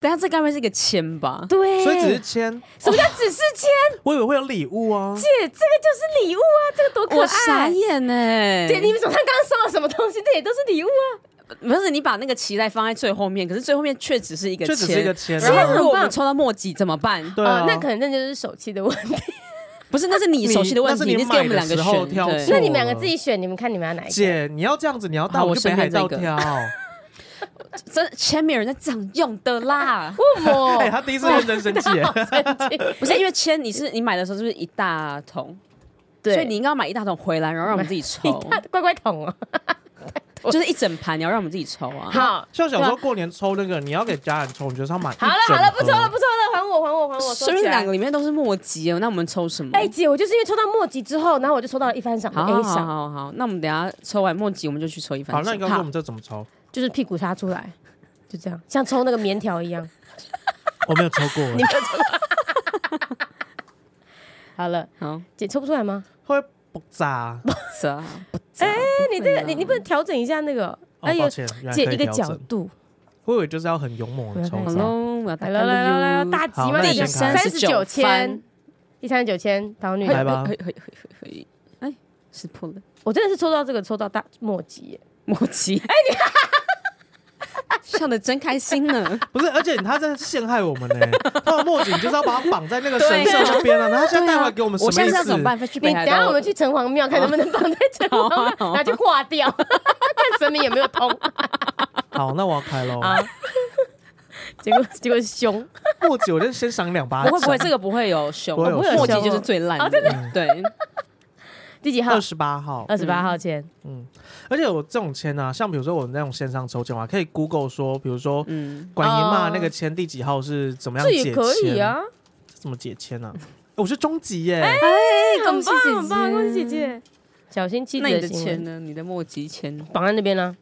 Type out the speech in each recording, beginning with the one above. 等下这该不会是一个签吧？对，所以只是签，什么叫只是签？我以为会有礼物啊。姐，这个就是礼物啊，这个多可我傻爱！眼哎、姐，你们手上刚刚收了什么东西？这也都是礼物啊！不是你把那个期待放在最后面，可是最后面却只是一个却签，只是一个签啊然后如果我很们棒抽到末几怎么办？对啊，哦那可能那就是手气的问题。不是，那是你熟悉的问题，你那是你是给我们两个买的时候选。挑对错那你们两个自己选，你们看你们要哪一个？，姐，你要这样子，你要带好我我去北身海边道这个挑。 真的签没有人在这样用的啦问 我哎，他第一次认真生气耶，不是因为签你是你买的时候是不是一大桶？对，所以你应该要买一大桶回来，然后让我们自己 抽，乖乖桶哦。就是一整盘，你要让我们自己抽啊。好， 像小时候过年抽那个，你要给家人抽，你就是要买一好整盒。了好了，不抽了不抽了，还我还我还我！收嗯所以起来两个里面都是末集哦，那我们抽什么？哎、姐，我就是因为抽到末集之后，然后我就抽到了一番赏和好 A 好好赏，好好，那我们等一下抽完末集，我们就去抽一番好，赏。那你告诉我们这怎么抽？就是屁股插出来，就这样，像抽那个棉条一样。 我没有抽过，好了，好，姐抽不出来吗？会哦爆炸。是啊，哎、你这对个啊你你不能调整一下那个？哦，抱歉，原来哎姐可以一个调角整度，我以为就是要很勇猛的不抽要好看法。喽，我要打来开来来来来，喽大吉好嘛，那那你就先开三十九千番，第三十九千，岛女，来吧嘿嘿嘿嘿嘿哎，识破了我真的是抽到这个，抽到大末集耶，莫吉， 哎你笑的真开心呢。 不是，而且他在陷害我们呢。他的墨镜就是要把他绑在那个神社那边啊，然后他现在带回来给我们什我么现意在要思怎么？办？去你北等海一下道，我们去城隍庙看能不能绑在城隍好庙啊，好啊然后就挂掉， 看神明有没有通。好，那我要开喽。 结果结果凶，墨镜，我就先赏两巴不掌。会不会，这个不会有熊，不会有嗯莫熊吉就是最烂的，哦真的对。第几号二？十八号，二十八号签。嗯而且我这种签啊，像比如说我那种线上抽签，我还可以 Google 说，比如说嗯，管姨妈哦那个签第几号是怎么样这解也签？可以啊，怎么解签啊？我是终极耶，哎，恭喜姐姐姐姐，小心妻子那你的的行钱为，呢？你的莫吉钱，绑在那边啊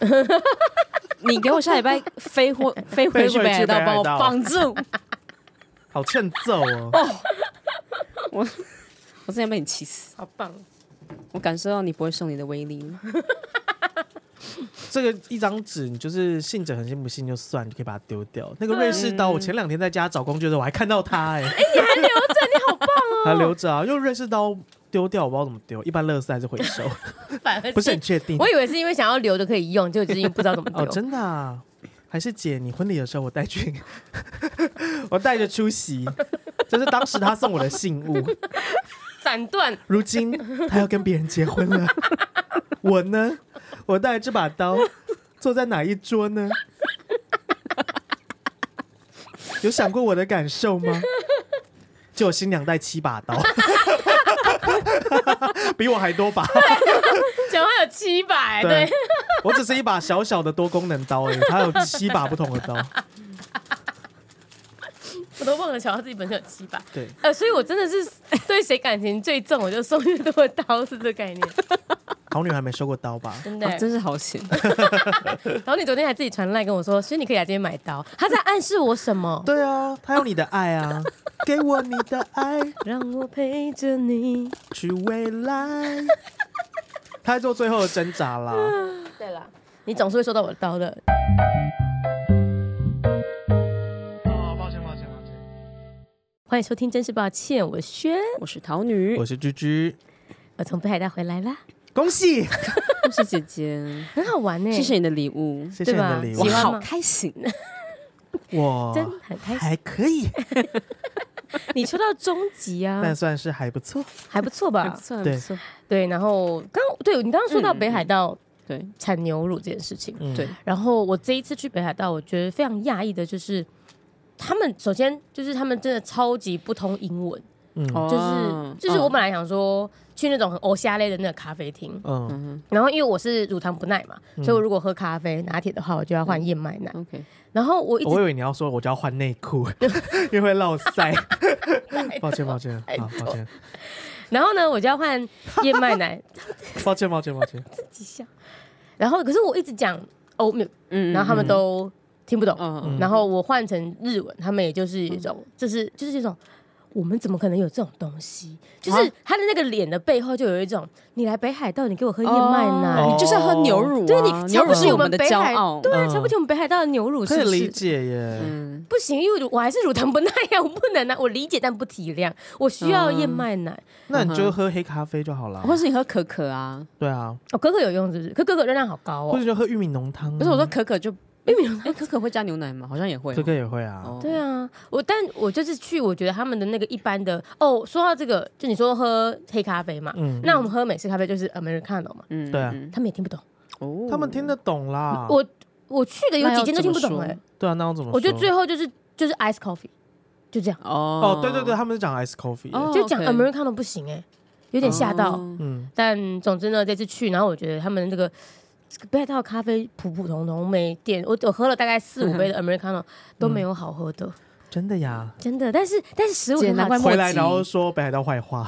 呢。你给我下礼拜飞 回飞回去北海道，飞回去北帮海道我绑 住。好欠揍哦！我真的被你气死，好棒，我感受到你不会送你的威力了。这个一张纸，你就是信者恒信，不信就算，你就可以把它丢掉。那个瑞士刀，我前两天在家找工具的时候，我还看到它哎，哎，你还留 着，你好棒哦，还留着啊，因为瑞士刀丢掉，我不知道怎么丢，一般乐色还是回 收，反而不是很确定我以为是因为想要留着可以用，就最近不知道怎么哦，丢。真的啊。还是姐，你婚礼的时候我带去， 我带着出席，这是当时他送我的信物。斩断，如今他要跟别人结婚了，我呢，我带这把刀，坐在哪一桌呢？有想过我的感受吗？就有新娘带七把刀， 比我还多把。讲话有七百，对对，我只是一把小小的多功能刀而已，它有七把不同的刀。我都忘了乔到自己本身有七百。对，呃，所以我真的是 对谁感情最重，我就送越多的刀，是这个概念，好女孩没收过刀吧？真的哦。真是好 险！然后你昨天还自己传赖跟我说，所以你可以来这边买刀，他在暗示我什么？对啊，她有你的爱啊，给我你的爱。让我陪着你。去未来。他在做最后的挣扎啦，对了，你总是会收到我的刀的。哦，抱歉，抱歉，抱歉。欢迎收听，真是抱歉，我轩，我是桃女我，是居居，我从北海道回来啦，恭喜，我是姐 姐，很好玩欸呢、谢谢你的礼物，谢谢你的礼我喜欢物，好吗开心。我真很开心。还可以，你抽到终极啊但，算是还不错。还不错吧？嗯算对不错，对，然后刚对你刚刚说嗯到北海道对产牛乳这件事情，嗯对，然后我这一次去北海道，我觉得非常讶异的就是。他们首先就是他们真的超级不通英文，嗯哦就是就是我本来想说去那种很欧夏类的那个咖啡厅，嗯，然后因为我是乳糖不耐嘛，所以我如果喝咖啡拿铁的话，我就要换燕麦奶。嗯哦 OK，然后我一直我以为你要说我就要换内裤， 因为会落塞。抱歉，抱歉，啊，抱歉， 然后呢，我就要换燕麦 奶抱歉，抱歉，抱歉。几下。然后可是我一直讲欧米，嗯然后他们都听不懂。嗯嗯然后我换成日文，他们也就是一种，这是就是一种。我们怎么可能有这种东西？就是他的那个脸的背后就有一种，你来北海道，你给我喝燕麦奶，哦你就是要喝牛乳、啊，对你牛瞧不乳起是我们的北骄海，傲。对啊，嗯瞧不起我们北海道的牛乳，可是以不理是？解耶。嗯，不行，因为我还是乳糖不耐呀，我不能啊，我理解但不体谅，我需要燕麦奶。那你就喝黑咖啡就好了。嗯或是你喝可可啊？对啊，哦，可可有用是不是？可可可热量好高或者哦。就喝玉米浓汤啊。不是，我说可可就玉米浓哎，可可会加牛奶吗？好像也会哦。可可也会啊。哦对啊，我但我就是去，我觉得他们的那个一般的哦，说到这个，就你说喝黑咖啡嘛，嗯，那我们喝美式咖啡就是 Americano 嘛，嗯对啊嗯他们也听不懂。哦他们听得懂啦。我我去的有几间都听不懂那要怎么说哎，对啊，那我怎么说？我就最后就是就是 ice coffee，就这样，哦哦，对对对，他们是讲 ice coffee 耶。哦就讲 OK Americano 不行哎，有点吓到。哦嗯，但总之呢，这次去，然后我觉得他们这个这个北海道咖啡普普通通，每点我我喝了大概四五杯的 Americano 都没有好喝的，真的呀。真的。但是但是食物姐很难怪好吃，莫回来吉然后说北海道坏话，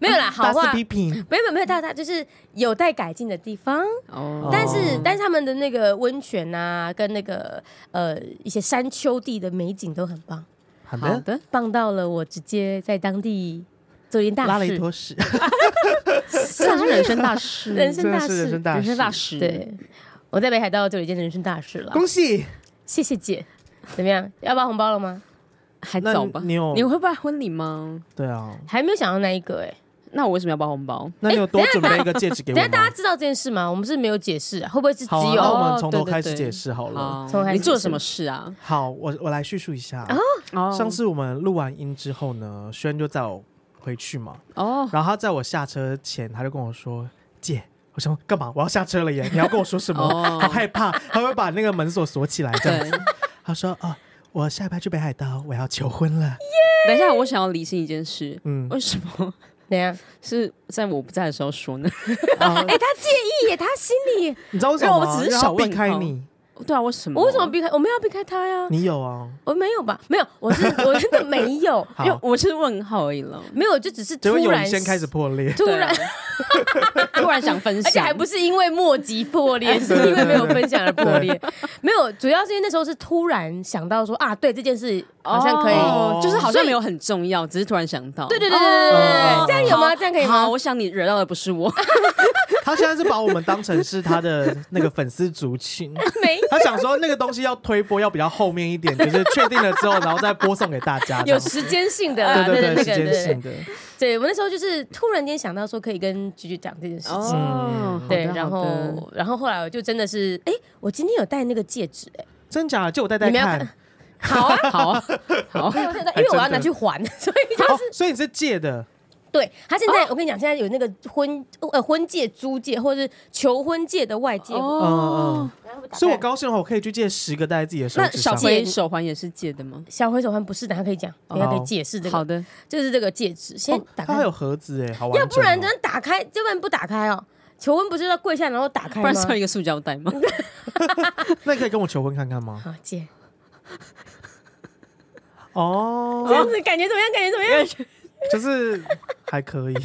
没有啦，好啊大肆话批评。没有没有大大就是有待改进的地方，哦但是但是他们的那个温泉啊，跟那个呃一些山丘地的美景都很棒，好好的，的，棒到了我直接在当地做一件拉大了一事，坨 屎，这是人生大事，人生真大的是人生事，哎啊大人事，生大事，， 对，我在北海道做了一件人生大事了，恭喜！谢谢姐，怎么样？要包红包了吗？还那早吧？你有你会办婚礼吗？对啊，还没有想到那一个哎、那我为什么要包红包？那你有多准备一个戒指给我等一下大吗家？知道这件事吗？我们是没有解释啊，会不会是只好有？啊，那我哦们从头对对开始对解释好了。好从开始你做了什么事啊？好，我我来叙述一下。哦上次我们录完音之后呢，轩就载我回去嘛， 哦，然后他在我下车前，他就跟我说：“姐，我想说干嘛？我要下车了耶！你要跟我说什么？哦好害怕，他会把那个门锁锁起来 这样对子。，”他说：“哦，我下礼拜去北海道，我要求婚了。等一下，我想要理清一件事”，嗯，为什么怎样？是在我不在的时候说呢？啊哎、他介意耶，他心里耶，你知道为什么因为吗？我只是因为他小问避开号你， 对啊，为什么？我为什么？避开？我没有要避开他呀、你有啊？我没有吧？没有，我是我真的没有， 好因，为我是问号而已了。没有，就只是结突果有然人先开始破裂， 突然，对啊突然想分而且享，哦还不是因为莫吉破裂，是因为没有分享而破裂。没有，主要是因为那时候是突然想到说啊，对这件事好像可以。哦就是好所像以没有很重要，只是突然想到。对对对对对对对，哦对这样有吗？这样可以吗好，？我想你惹到的不是我，他现在是把我们当成是他的那个粉丝族群， 没他想说那个东西要推播要比较后面一点，就是确定了之后，然后再播送给大家。这 有样时间性的对啦，对对对，对时间性的，对我那时候就是突然间想到说可以跟菊菊讲这件事情，哦，嗯对，好的然好的后然后后来我就真的是，哎，我今天有戴那个戒指，哎，真假的借我戴戴你们要看。好啊， 好啊好 对，我戴因为我要拿去还， 所以哦，所以你是借的，对他现在哦我跟你讲，现在有那个婚呃婚戒、租戒或者是求婚戒的外戒，嗯哦嗯，，然后我打开所以我高兴的话，我可以去借十个戴在自己的手那指小上。辉手环也是借的吗？小回手环不是，等下可以讲，等下可以解释这好个，的，就是这个戒指，先哦打它还开，有盒子哎，好玩、哦。要不然等下打开，要不然不打开哦。求婚不是要跪下然后打开不吗然？送一个塑胶袋吗？那你可以跟我求婚看看吗？好啊姐， 这样哦，子感觉怎么样？感觉怎么样？就是还可以。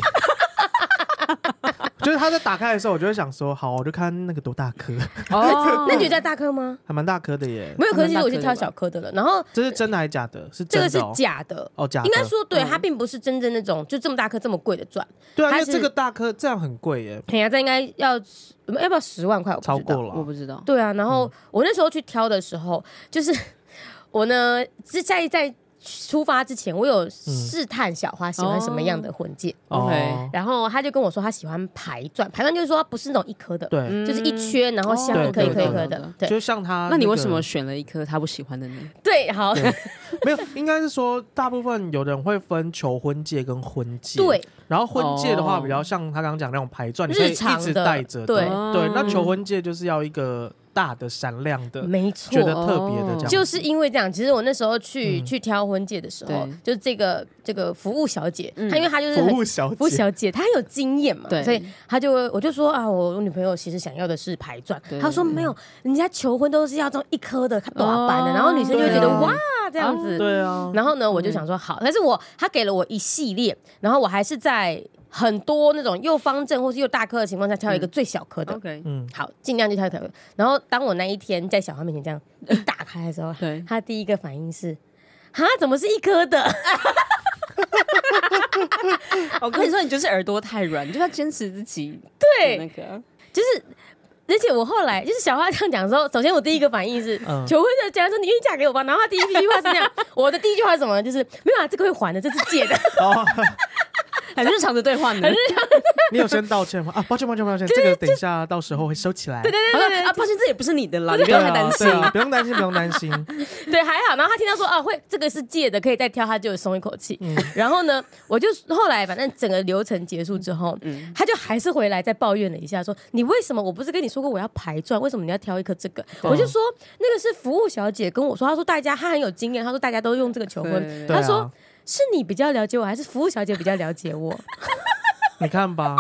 就是他在打开的时候，我就会想说，好，我就看那个多大颗， 哦那你觉得大颗吗？还蛮大颗的耶。没有，可是蛮大其实颗我去挑小颗的了。然后这是真的还是假的？是这真个是的哦、假的，哦，假的。应该说对，它并不是真正那种就这么大颗这么贵的钻。对啊，因它为是这个大颗这样很贵耶，哎呀，这应该要要不要十万块？我不知道超过我了。不知道，对啊，然后嗯我那时候去挑的时候，就是 我呢是在在出发之前，我有嗯试探小花喜欢什么样的婚戒，哦 OK，然后她就跟我说她喜欢排钻，排钻就是说它不是那种一颗的，对，就是一圈，然后像哦一颗一颗对一颗对的，嗯对就像他、啊那你为什么选了一颗他不喜欢的呢？对，好， 对没有，应该是说大部分有人会分求婚戒跟婚戒。对，然后婚戒的话，哦比较像他刚刚讲那种牌钻，你可以日一常直的戴着的。对对，那求婚戒就是要一个大的、闪亮的，没错，觉得特别的这样。嗯就是因为这样，其实我那时候去、去挑婚戒的时候对，就是这个这个服务小姐，嗯她因为她就是服很 务小服务姐，小姐，她很有经验嘛，对所以她就会我就说啊，我女朋友其实想要的是牌钻对，她说没有，人家求婚都是要这种一颗的，她短版的，哦然后女生就会觉得对啊哇这样子，对啊，然后呢，嗯我就想说好，但是我他给了我一系列，然后我还是在很多那种又方正或是又大颗的情况下挑一个最小颗 的，OK，嗯，好，尽量就挑一条。然后当我那一天在小花面前这样一打开的时候， 对他第一个反应是：哈，怎么是一颗的？ 我啊跟你说，你哦就是耳朵太软，你就要坚持自己的那对，个。就是。而且我后来就是小花这样讲的时候，首先我第一个反应是嗯求婚的家说你愿意嫁给我吧，然后他第一句话是 那样，我的第一句话是什么呢？就是没有啊，这个会还的，这是借的。哦，很日常的对话呢，很日常。 你有先道歉吗？啊，抱歉，抱歉，抱歉，这个等一下到时候会收起来。对对好 了 啊，抱歉，这也不是你的啦，你不对要太啊，担心对。啊，不用担心，不用担心。对，还好。然后他听到说啊，会这个是借的，可以再挑，他就有松一口气。嗯 然后呢，我就后来反正整个流程结束之后，嗯他就还是回来再抱怨了一下说，你为什么我不是跟你说过我要排钻，为什么你要挑一颗这个？我嗯就说那个是服务小姐跟我说，她说大家她很有经验，她说大家都用这个求婚，对对啊她说。是你比较了解我，还是服务小姐比较 了解我？你看吧，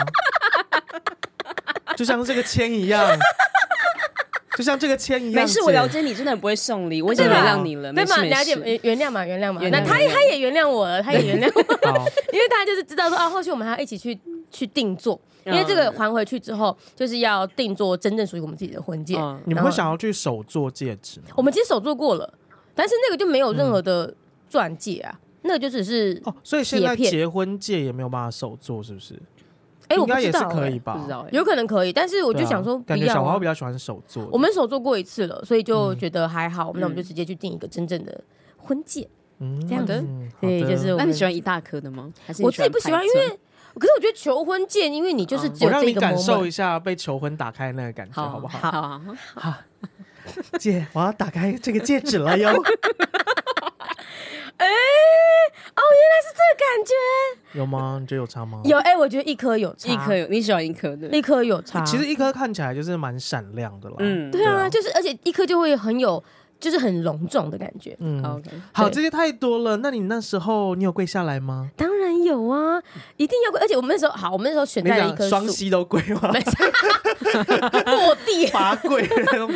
就像这个签一样，就像这个签一样。没事，我了姐。解你，真的很不会送礼，我已经对原啊谅你了，对没嘛？事了没解，事。原原谅嘛，原谅嘛。原谅那他也他也原谅我了， 他也原谅我了。好，因为大家就是知道说啊，后续我们还要一起去去定做，嗯因为这个还回去之后，就是要定做真正属于我们自己的婚戒。嗯你们会想要去手做戒指吗？我们其实手做过了，但是那个就没有任何的钻戒啊，嗯那个就只是哦，所以现在铁片结婚戒也没有办法手做，是不是？哎，我应不该知也是道可以哎，吧？不知道哎，有可能可以，但是我就对啊想说不感觉要小花啊比。较嗯喜欢手做的。我们手做过一次了，所以就觉得还好，那我们嗯就直接去定一个真正的婚戒。嗯这样子嗯好对，的就是我那们你喜欢一大颗的吗？还是你我自己不喜欢，排因钻为可是我觉得求婚戒，因为你就是只嗯我有让这你个感受 moment，一下被求婚打开那个感觉，好不好？好啊好好，姐，我要打开这个戒指了 哎哦哟。感觉有吗？你觉得有差吗？有哎，我觉得一颗有差一颗有你喜欢一颗的，一颗有差，其实一颗看起来就是蛮闪亮的啦。嗯嗯，对对啊，啊就是而且一颗就会很有，就是很隆重的感觉。嗯， ，OK，好，对这些太多了。那你那时候你有跪下来吗？当然有啊，一定要，而且我们那时候好，我们那时候选你在了一讲棵双树，膝都跪吗？落地 啊罚跪。 嗯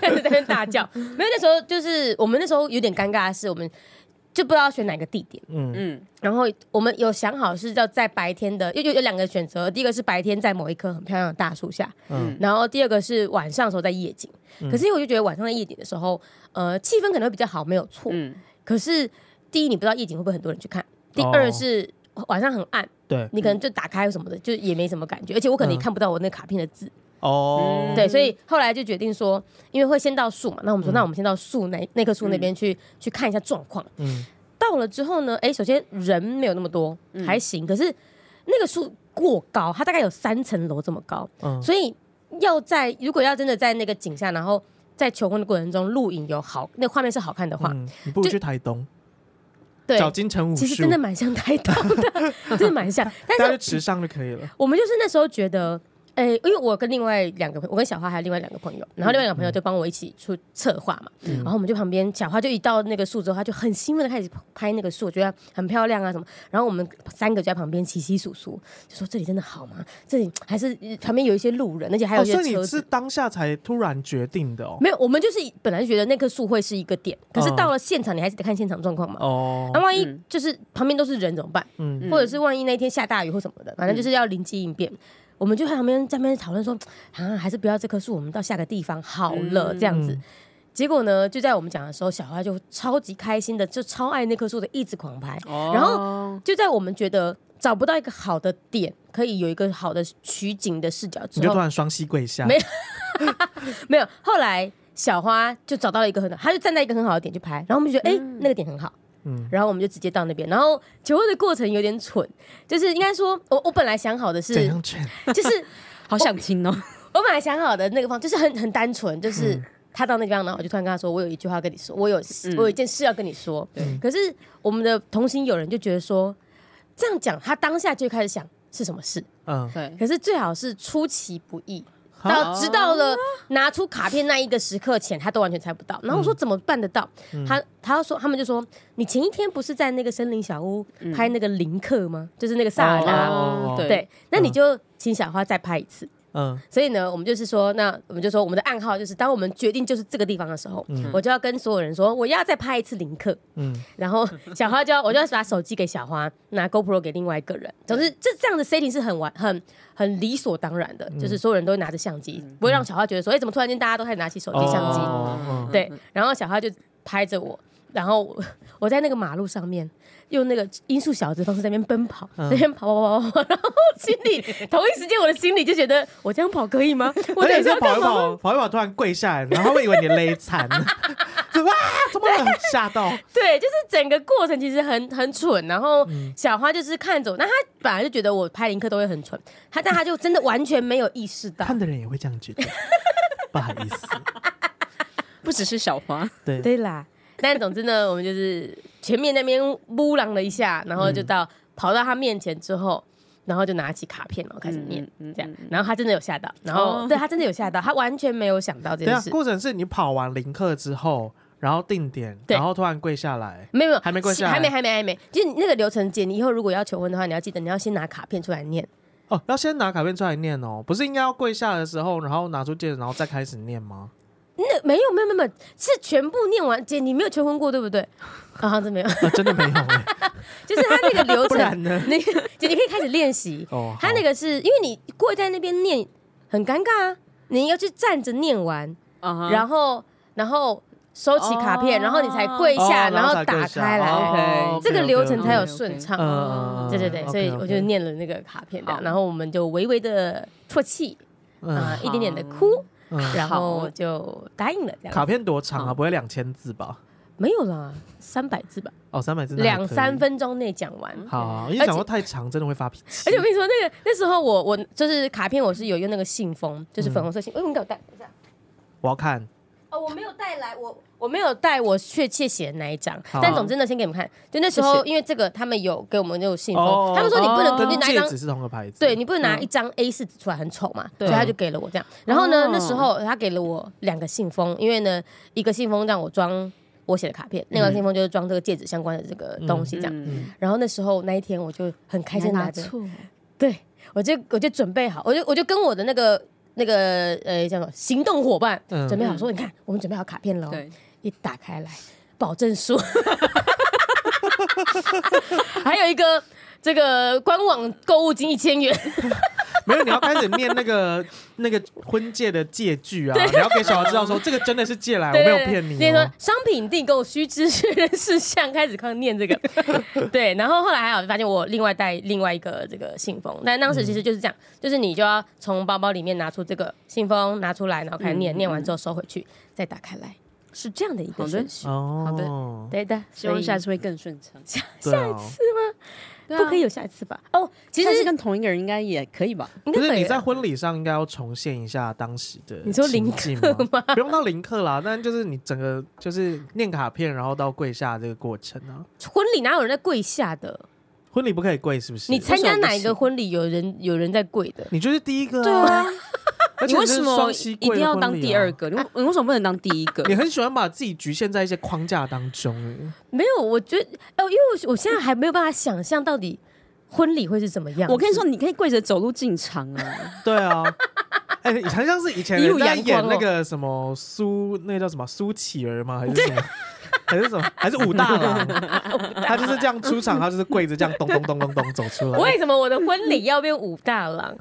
在那边大叫。没有，那时候就是我们那时候有点尴尬的是，我们就不知道选哪个地点。嗯，嗯然后我们有想好是要在白天的，有有有两个选择，第一个是白天在某一棵很漂亮的大树下，嗯然后第二个是晚上的时候在夜景。可是因为我就觉得晚上在夜景的时候，呃，气氛可能会比较好，没有错。嗯，可是第一，你不知道夜景会不会很多人去看；第哦二是、晚上很 暗，对，你可能就打开什么的，就也没什么感觉，而且我可能也嗯看不到我那卡片的字。哦，嗯对，所以后来就决定说，因为会先到树嘛，那我们说，那我们先到树那那棵树那边去、去看一下状况。嗯，到了之后呢，哎，首先人没有那么多，还行，可是那个树过高，它大概有三层楼这么高，嗯所以要在如果要真的在那个景下，然后在求婚的过程中录影有好，那画面是好看的话，嗯，你不如就去台东，对，找金城武其实术，真的蛮像台东的， 真的蛮像。大但 家就是持上就可以了。我们就是那时候觉得，诶、因为我跟另外两个朋友，我跟小花还有另外两个朋友，嗯然后另外两个朋友就帮我一起出策划嘛，然后我们就旁边小花就一到那个树之后，她就很兴奋的开始拍那个树，觉得很漂亮啊什么。然后我们三个就在旁边稀稀疏疏，就说这里真的好吗？这里还是旁边有一些路人，而且还有哦，一所些以车你子。是当下才突然决定的哦。没有，我们就是本来就觉得那棵树会是一个点，可是嗯到了现场，你还是得看现场状况嘛。那、哦，万一嗯就是旁边都是人怎么办？嗯，或者是万一那天下大雨或什么的，反正就是要临机应变。我们就在旁边在那边讨论说，啊，还是不要这棵树，我们到下个地方好了，这样子嗯。结果呢，就在我们讲的时候，小花就超级开心的，就超爱那棵树的，一直狂拍。嗯然后就在我们觉得找不到一个好的点，可以有一个好的取景的视角你之就突后，然双膝跪下，没没有。后来小花就找到了一个很好，她就站在一个很好的点去拍，然后我们就觉得，哎、那个点很好。嗯然后我们就直接到那边，然后求婚的过程有点蠢，就是应该说，我我本来想好的是怎，样劝？ 就是好想听哦，我本来想好的那个方，就是很很单纯，就是嗯他到那地方，然后我就突然跟他说，我有一句话跟你说，我有、我有一件事要跟你说。可是我们的同行友人就觉得说，这样讲，他当下就开始想是什么事，嗯，对，可是最好是出其不意。到知道了拿出卡片那一个时刻前，他都完全猜不到。然后我说嗯怎么办得到？他他说他们就说你前一天不是在那个森林小屋拍那个林克吗？就是那个萨尔达，嗯哦对对，那你就请小花再拍一次。嗯所以呢，我们就是说，那我们就说我们的暗号就是，当我们决定就是这个地方的时候，我就要跟所有人说，我要再拍一次林克。嗯，然后 小花就要，我就要把手机给小花，拿 GoPro 给另外一个人。总之，这这样的 setting 是很完、很很理所当然的，就是所有人都会拿着相机，不会哦让小花觉得说，哎、怎么突然间大家都开始拿起手机相机？哦嗯对，然后小花就拍着我。然后我 我在那个马路上面用那个音速小子方式在那边奔跑，嗯在那边跑跑跑跑跑， 然后心里同一时间我的心里就觉得我这样跑可以 吗？我而等且一下要是哎跑干一嘛吗？跑，跑一跑，突然跪下来，然后会以为你勒惨， 就哇，怎么了？吓 到，对，就是整个过程其实很很蠢，然后嗯小花就是看着我，那她本来就觉得我拍林克都会很蠢，她但她就真的完全没有意识到。看的人也会这样觉得，不好意思，不只是小花，对，对啦，但总之呢，我们就是前面那边乌朗了一下，然后就嗯到、跑到她面前之后。然后就拿起卡片，然后开始嗯念，这样。然后她真的有吓到，然后、嗯哦对她真的有吓到，她完全没有想到这等一件下事，啊过程是你跑完零课之后，然后定点，对嗯然后突然跪下来，没有没有，还没啊跪下来还没还没还没。就是那个刘晨姐，你以后如果要求婚的话，你要记得你要先拿卡片出来念。哦，要先拿卡片出来念哦，不是应该要跪下的时候，然后拿出戒指，然后再开始念吗？那没有没有没有没有，是全部念完。姐，你没有求婚过对不对？啊，好像真没有，啊，真的没有欸， 就是他那个流不然程，呢？你姐你可以开始练习。哦，他好那个是因为你跪在那边念很尴尬啊，你要去站着念完，然然后然后收起卡片，啊哦然后你才跪下，哦然后才跪打下开哦来， OK， OK，这个 OK，流程 OK，才有 OK，OK 顺嗯畅。嗯，嗯对对对，所以我就，念了那个卡片这啊样，好然后我们就微微的啜泣嗯啊，一点点的好哭，嗯嗯然后就答应了这样嗯卡子。片多长啊？好不会两千字吧？没有啦，三百字吧。哦，三百字，两三。分钟内讲完。好，而因为且讲过太长，真的会发脾气。而且我跟你说，那个那时候我我就是卡片，我是有用那个信封，就是粉红色信。哎、你给我带一下。我要看，哦，我没有带来，我我没有带我确切写的那一张好，但总之呢，先给你们看。就那时谢候，谢因为这个他们有给我们那种信封，哦他们说你不能哦根跟据拿一戒张指是同个牌子。对你不能拿嗯一张 A 四纸出来很丑嘛，对所以他就给了我这样。然后呢，哦那时候他给了我两个信封，因为呢，一个信封让我装我写的卡片，另外一个信封就是装这个戒指相关的这个东西这样。嗯，然后那时候那一天我就很开心地拿着，错，对我就我就准备好，我就我就跟我的那个那个呃叫什么行动伙伴、嗯准备好说，你看我们准备好卡片了，哦对，一打开来保证书， 还有一个这个官网购物金一千元，没有，你要开始念那 个那个婚戒的戒据啊，你要给小孩知道说这个真的 是借来，我对没有对骗你对哦说。商品订购须知确认事项，开始看念这 个。对，然后后来还好，发现我另外带另外一个这个信封，但当嗯时其实就是这样，就是你就要从包包里面拿出这个信封，拿出来，然后开始念，嗯念完之后收回去，再打开来，是这样的一个好的顺序。哦，好的的，对的，希望下次次会更顺畅。下一次啊不可以有下一次吧？哦，其实下次跟同一个人应该也可以吧？应不该是可以你在了。婚礼上应该要重现一下当时的你说零情境吗？不用到零刻啦，但就是你整个就是念卡片，然后到跪下这个过程啊。婚礼哪有人在跪下的？婚礼不可以跪，是不是？你参加哪一为什个么不行？婚礼有人有人在跪的？你就是第一个，啊， 而你且为这是什么双膝一跪的定要婚当礼第啊二？个？你为你为什么不能当第一个？你很喜欢把自己局限在一些框架当中，哎没有，我觉得哦，因为我我现在还没有办法想象到底婚礼会是怎么样。我跟你说，，你可以跪着走路进场啊！对啊， 哎、你好像是以前一路人家阳演光那哦个什么苏，那个叫什么苏乞儿吗？还是 什么？还是什么？还是武大郎？他就是这样出场，他就是跪着这样咚咚咚咚咚走出来。为什么我的婚礼要变武大 郎？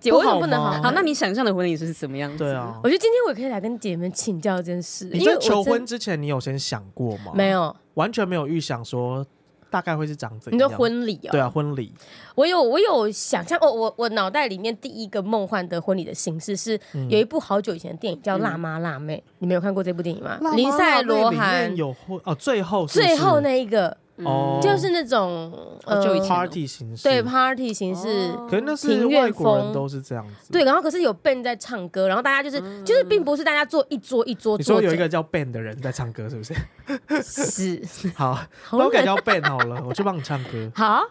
姐，不为什么不好能吗好？好，那你想象的婚礼是什么样子？对，啊我，觉得今天我可以来跟姐妹们请教这件事，你因为在我真求婚之前，你有先想过吗？没，有？完全没有预想说大概会是长怎你样。说婚礼哦？对啊，，婚礼我有我有想象哦，我我脑袋里面第一个梦幻的婚礼的形式是嗯有一部好久以前的电影叫《辣妈辣妹》，你们有看过这部电影吗？林赛罗韩有婚哦，最后是不最是后那一个哦就是那种呃好久以前哦呃 party 形式对 party 形式。哦可是那是庭院外国人风都是这样子。对，然后可是有 band 在唱歌，然后大家就是、嗯就是，并不是大家坐一桌一桌你坐说着，有一个叫 Ben 的人在唱歌，是不是？ 是好，好 那我改冷叫 Ben 好了，我去帮你唱歌，好，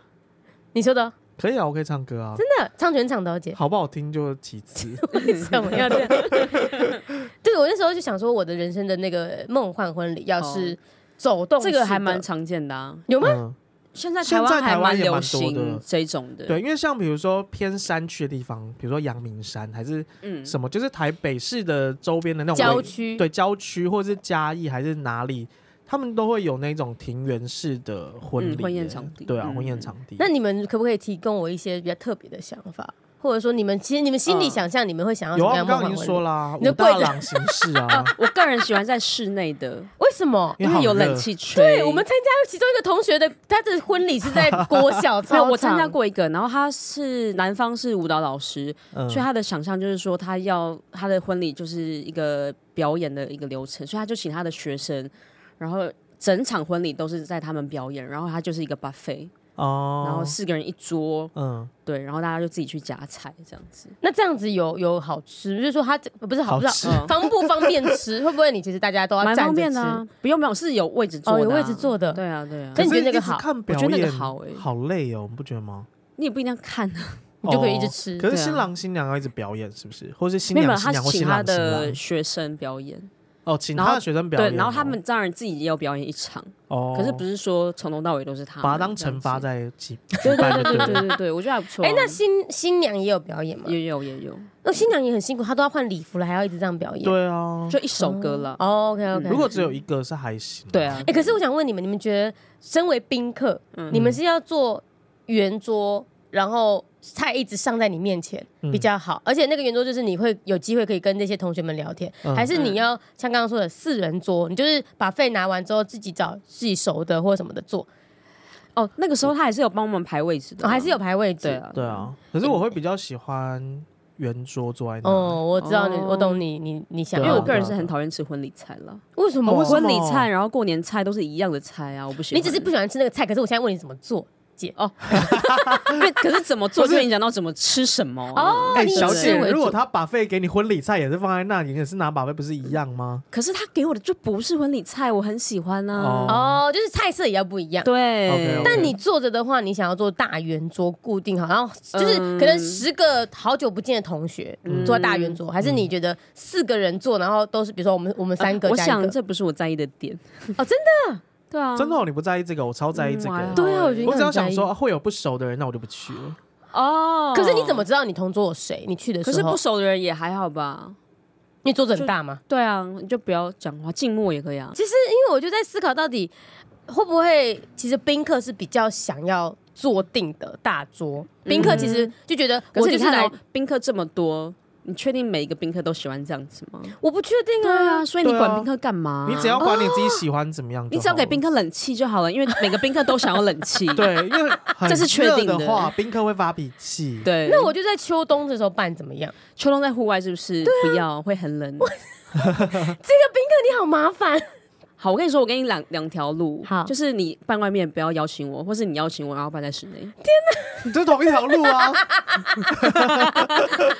你说的可以啊，我可以唱歌啊，真的唱全场的 哦姐，好不好听就其 次。为什么要这样？ 对我那时候就想说，我的人生的那个梦幻婚礼要是走动式哦这的，个还蛮常见的啊。有吗？嗯，现在现台在湾台还湾蛮也蛮流多的行这种的，对，因为像比如说偏山区的地方，比如说阳明山还是嗯，什么，就是台北市的周边的嗯那种郊围区对郊区或是嘉义还是哪里，他们都会有那种庭园式的婚礼耶、嗯婚宴场地对啊，嗯婚宴场地。那你们可不可以提供我一些比较特别的想法？或者说你们其实你们心里想象你们会想要什嗯有么啊，样我的梦刚刚已幻婚经说 礼？啦，你的武大柜子郎形式啊，我个人喜欢在室内的，为什么？ 因为因为有好热冷气吹。对我们参加其中一个同学的，他的婚礼是在国 小没有，操我参场加，过一个，然后他是男方是舞蹈老师，嗯哦所以他的想象就是说，他要他的婚礼就是一个表演的一个流程，所以他就请他的学生，然后整场婚礼都是在他们表演，然后他就是一个 buffet，哦，然后四个人一桌，嗯，对，然后大家就自己去夹菜这样子。那这样子有有好吃，就是说他这不是好好不是吃好方不方便 吃？会不会你其实大家都要蛮站方着便吃的、？啊，不用没有是有位置坐的、啊哦，有位置。坐的，对啊，对啊可，你觉得那个一直好看觉表得那个演好欸好累哦，你不觉得吗？哦你也不一定要看啊，你就可以一直吃可是对啊新郎新娘要一直表演，是不是？或是新没有，没娘有他新娘或请新他郎新的郎？学生表演，哦，请然他后的学生表演对哦。，然后他们当然自己也有表演一场，哦，可是不是说从头到尾都是他，把它当惩罚。在举对对举办对对就对了对对对，我觉得还不错啊。哎、那新新娘也有表演吗？也有也有，那新娘也很辛苦，她都要换礼服了，还要一直这样表演。对啊。就一首歌了。哦、o k OK。如果只有一个是还行，对啊哎、，可是我想问你们，你们觉得身为宾客，你们是要做圆桌，然后菜一直上在你面前嗯比较好，而且那个圆桌就是你会有机会可以跟那些同学们聊天，嗯还是你要像刚刚说的四人桌，你就是把费拿完之后自己找自己熟的或者什么的坐，哦，那个时候他还是有帮我们排位置的哦、啊，还是有排位置。对啊，对啊。可是我会比较喜欢圆桌坐在那。哦，我知道你，哦我懂你，你你想因要为的，我个人是很讨厌吃婚礼菜了，为什么？啊哦为什么婚礼菜然后过年菜都是一样的菜啊，我不喜欢。你 只是不喜欢吃那个菜，可是我现在问你怎么做，姐。哦，因为可是怎么做不就是会影响到怎么吃什么啊哦哎，你以小吃姐，为如果主他把费给你婚礼菜也是放在那里，你也是拿把费，不是一样吗？可是他给我的就不是婚礼菜，我很喜欢啊。哦，就是菜色也要不一样。对 OK，OK，但你坐着的话，你想要做大圆桌固定好，然后就是嗯可能十个好久不见的同学坐在大圆桌，还是你觉得四个人坐，然后都是比如说我们我们三个我加一想个，这不是我在意的点。哦真的？对啊，真的哦，你不在意这个，我超在意这嗯哇个。对啊，我觉得应我该只要很在想意说。啊会有不熟的人，那我就不去了。哦。可是你怎么？知道你同桌有谁？你去的时可候，是不熟的人也还好吧？你桌子很大吗？对啊，你就不要讲话，静默也可以啊。其实因为我就在思考，到底会不会其实宾客是比较想要坐定的大桌，宾客其实就觉得可我是就你是看来哦，宾客这么多，你确定每一个宾客都喜欢这样子吗？我不确定对啊啊，，所以你对啊管宾客干嘛？你只要管你自己喜欢怎么样就好了，你只要给宾客冷气就好了，因为每个宾客都想要冷气。 对，因为很 这是确热定的的话，宾客会发脾气。对，那我就在秋冬的时候办怎么样？秋冬在户外是不是不要会很冷？你好麻烦，好，我跟你说，我给你两两条路，好就是你办外面不要邀请我，或是你邀请我，然后办在室内。你就同一条路 啊。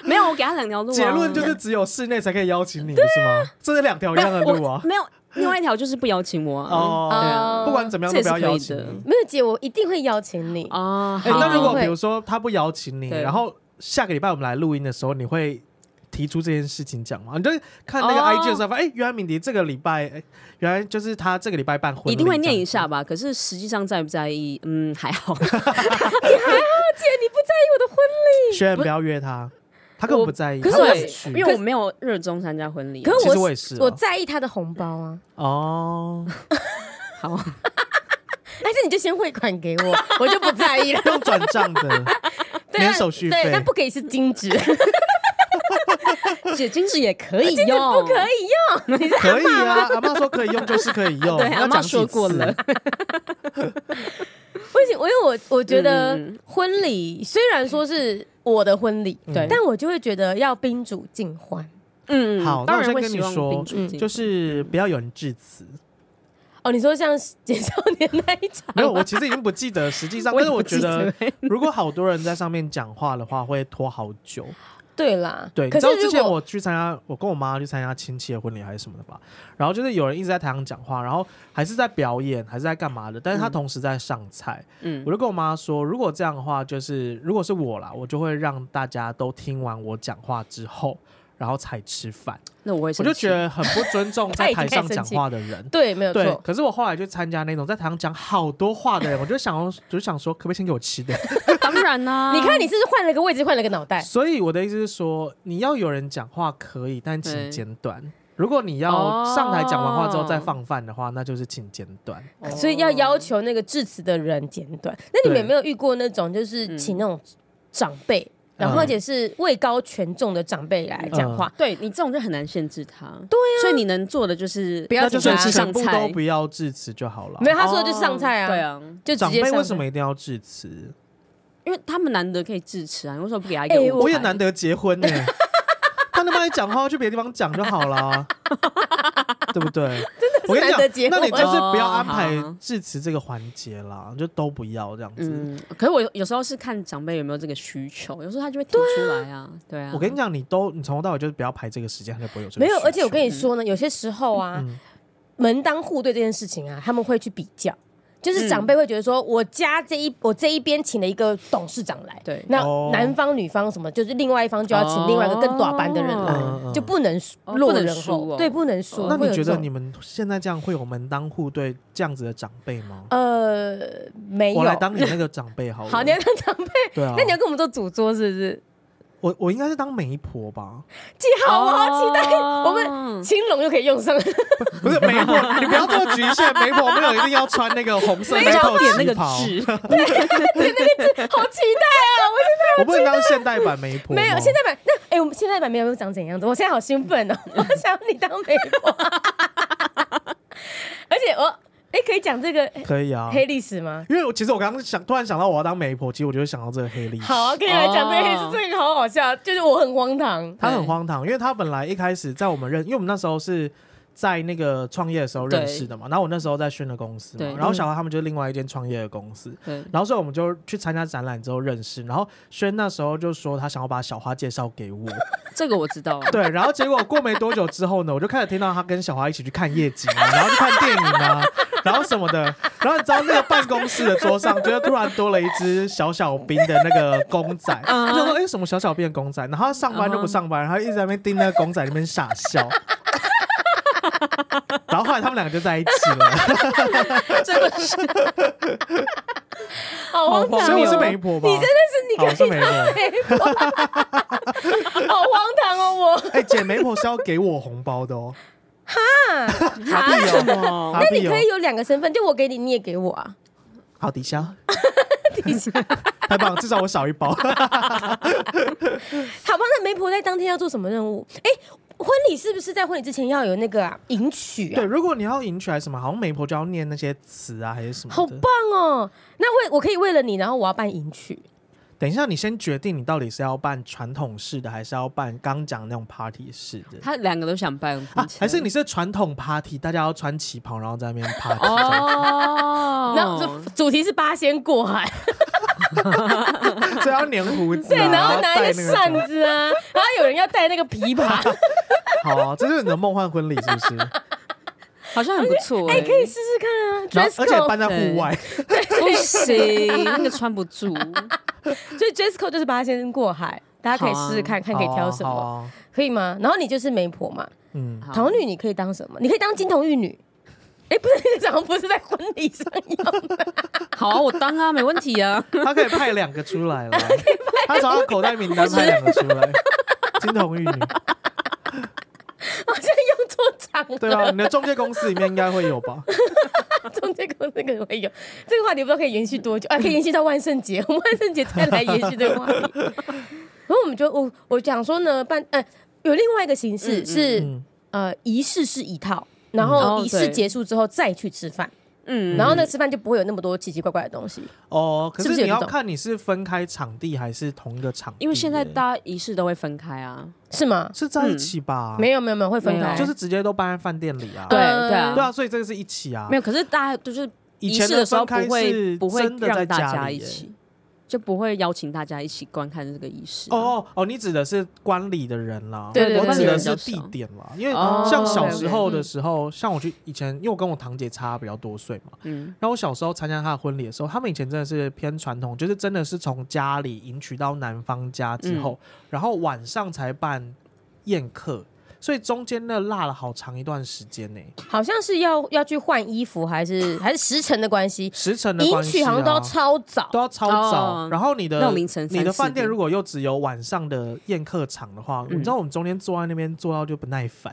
没有，我给他两条路啊。啊结论就是只有室内才可以邀请你，是吗？这是两条一样的路啊。没有，另外一条就是不邀请我啊。哦，哦不管怎么样都不要邀请这也是可以你。没有姐，我一定会邀请你。哦，哎，好那如果对比如说他不邀请你，对然后下个礼拜我们来录音的时候，你会提出这件事情讲吗？你就看那个哦 IG 的时候，发现哎，原来敏迪这个礼拜，哎，原来就是他这个礼拜办婚礼，一定会念一下吧？可是实际上在不在意？嗯，还好。姐，你不在意我的婚这样。学员不要约他，他根本不在意，可是他不我会去因为我没有热衷参加婚礼啊。可其是实我我也是啊我在意他的红包啊，哦，好， 还是你就先汇款给 我，我就不在意了。用转 账的，对啊免手续对，费但。不可以是金 纸，写金纸也可以金纸用，不可以用。可以啊，阿妈说可以用就是可以用， 对要阿嬷讲几说过次了，不行，因为我我觉得嗯婚礼虽然说是我的婚礼，嗯对但我就会觉得要宾主尽欢。嗯好当那我然先会跟你希望说宾主尽就是不要有人致辞。哦，你说像简少年那一 场，没有，我其实已经不记得实 际上，我但也是我不觉记得得如果好多人在上面讲话的话，会拖好久。对啦，对，你可知是道之如前果我去参加，我跟我妈去参加亲戚的婚礼还是什么的吧，然后就是有人一直在台上讲话，然后还是在表演，还是在干嘛的，但嗯是他同时在上菜。嗯我就跟我妈说，如果这样的话，就是如果是我啦，我就会让大家都听完我讲话之后，然后才吃饭。那我会我生气，就觉得很不尊重 她在已经台上开始讲生气话的人。对，没有对，错，可是我后来就参加那种在台上讲好多话的人，我 就想要，就想说，可不可以先给我吃的？ 当然啊啦，你看你是不是换了个位置，换了个脑袋？ 所以我的意思是说，你要有人讲话可以，但请对简短。如果你要哦上台讲完话之后再放饭的话，那就是请简短。哦所以要要求那个致辞的人简短。那你们有没有遇过那种，就是请那种长辈，然后而且是位高权重的长辈来讲嗯话，对你这种就很难限制他。对啊，所以你能做的就是不要那就紧是张请全上部菜都不要致辞就好了。没有他说的就是上菜啊，对，啊，就直长接辈上为菜什么一定要致辞？因为他们难得可以致辞啊，你为什么不给他一个哎舞台？我也难得结 婚呢、他能帮你讲话，去别的地方讲就好 了，对不对？真的我跟你难得结讲，婚那你就是不要安哦排好致辞这个环节啦，就都不要这样子。嗯，可是我有有时候是看长辈有没有这个需求，有时候他就会提出来啊，对啊。我跟你讲，你都你从头到尾就是不要排这个时间，他就不会有这个没需求。有，而且我跟你说呢，有些时候啊，嗯门当户对这件事情啊，他们会去比较。就是长辈会觉得说，我家这一我这一边请了一个董事长来，对那哦男方女方什么，就是另外一方就要请另外一个更短班的人哦嗯来，嗯就不能哦落不能人输后哦，对，不能输。那会有你觉这得种你们现在这样会有门当户对这样子的长辈吗？呃没有我？来当你那个长辈好了。好，你要当长辈，对啊，那你要跟我们做主桌是不是？我我应该是当媒婆吧？记好，我好期待哦我们青龙又可以用上了。不 是媒婆，你不要这么局 限，媒婆没有一定要穿那个红色所以那想套要点那旗个袍，痣，好期待啊！我现 我不能当现代版媒婆吗。没有现代版，那哎、我们现代版没有长怎样子？我现在好兴奋哦！我想你当媒婆，而且我哎、可以讲这个可以啊，黑历史吗？因为我其实我刚刚想突然想到我要当媒婆，其实我就会想到这个黑历史。好啊，可以来讲这个黑哦历史，这个好好笑，就是我很荒唐。他很荒唐，因为他本来一开始在我们认，因为我们那时候是在那个创业的时候认识的嘛，然后我那时候在宣的公司嘛对，然后小豪他们就是另外一间创业的公嗯司。对，然后所以我们就去参加展览之后认识，然后轩那时候就说他想要把小花介绍给我，这个我知道。 对，然后结果过没多久之后呢，我就开始听到他跟小华一起去看夜景啊，然后去看电影啊，然后什么的。然后你知道那个办公室的桌上，就是突然多了一只小小兵的那个公仔，嗯我就说：“哎、什么小小兵的公仔？”然后他上班都不上班，然后一直在那边盯那个公仔那边傻笑。然后后来他们两个就在一起了，好荒唐、哦，所以我是媒婆吧？你真的好，我是是你可媒以婆。好荒唐哦！我哎、姐，媒婆是要给我红包的哦。哈，为什么哈哦那必你有可以有两个身份，就我给你，你也给我啊。好抵消，太棒，至少我少一包。好吧，那媒婆在当天要做什么任务？哎、婚礼是不是在婚礼之前要有那个啊迎娶啊对，？如果你要迎娶还是什么，好像媒婆就要念那些词啊，还是什么的。好棒哦！那为我可以为了你，然后我要办迎娶，？等一下，你先决定你到底是要办传统式的，还是要办刚讲那种 party 式的 他两个都想办，啊？还是你是传统 party，大家要穿旗袍，然后在那边 party 这样哦 然后这主题是八仙过海，子，所以要粘胡子、啊，对，然后拿一个戴那个什么扇子啊，然后有人要带那个琵 琶，好、啊，这就是你的梦幻婚礼，是不 是？好像很不错哎，可以试试看啊。然后 dress 而且办 code，在户外，不行，那个穿不 住。所以 dress code 就是八仙过海，大家可以好啊试试看看可以挑什好啊么，好啊可以吗？然后你就是媒婆嘛，嗯，好童女你可以当什么？你可以当金童玉女。哎，不是，这好像不是在婚礼上要 好啊，我当啊，没问题啊。他可以派两个 出来了，他从他口袋名单派两个出来，金童玉女，好像用错场了。对啊吧？你的中介公司里面应该会有吧？中间公司可能会有这个话题，不知道可以延续多久啊？可以延续到万圣节，我 们万圣节再来延续这个话题。然后我们就我我讲说呢，办呃有另外一个形式是、嗯呃仪式是一套，然嗯后哦仪式对结束之后再去吃饭，嗯，然后那个吃饭就不会有那么多奇奇怪怪的东西。哦，可是不是有是你这要种看你是分开场地还是同一个场地耶，因为现在大家仪式都会分开啊。是吗？是在一起吧？没有没有没有会分没开，有啊哎就是直接都搬在饭店里啊。对对呃对啊，啊，所以这个是一起啊没。有。可是大家就是以仪前式的时候分不开会是不会真的在让大家家里一耶。起，就不会邀请大家一起观看这个仪式。啊哦，哦哦，你指的是观礼的人啦，对对对我指的是观礼人地比较少点啦，因为哦像 OK，OK 小时候的时候，像我去以前，因为我跟我堂姐差比较多岁嘛，嗯，然后我小时候参加她的婚礼的时候，他们以前真的是偏传统，就是真的是从家里迎娶到男方家之嗯后，然后晚上才办宴客，所以中间那落了好长一段时间呢、好像是要要去换衣服，还是还是时辰的关系，时辰的迎关系、娶啊，好像都要超早。都要超早，哦然后你的那种凌晨三你的饭四店点如果又只有晚上的宴客场的话，嗯 你知道我们中间坐在那边坐到就不耐烦，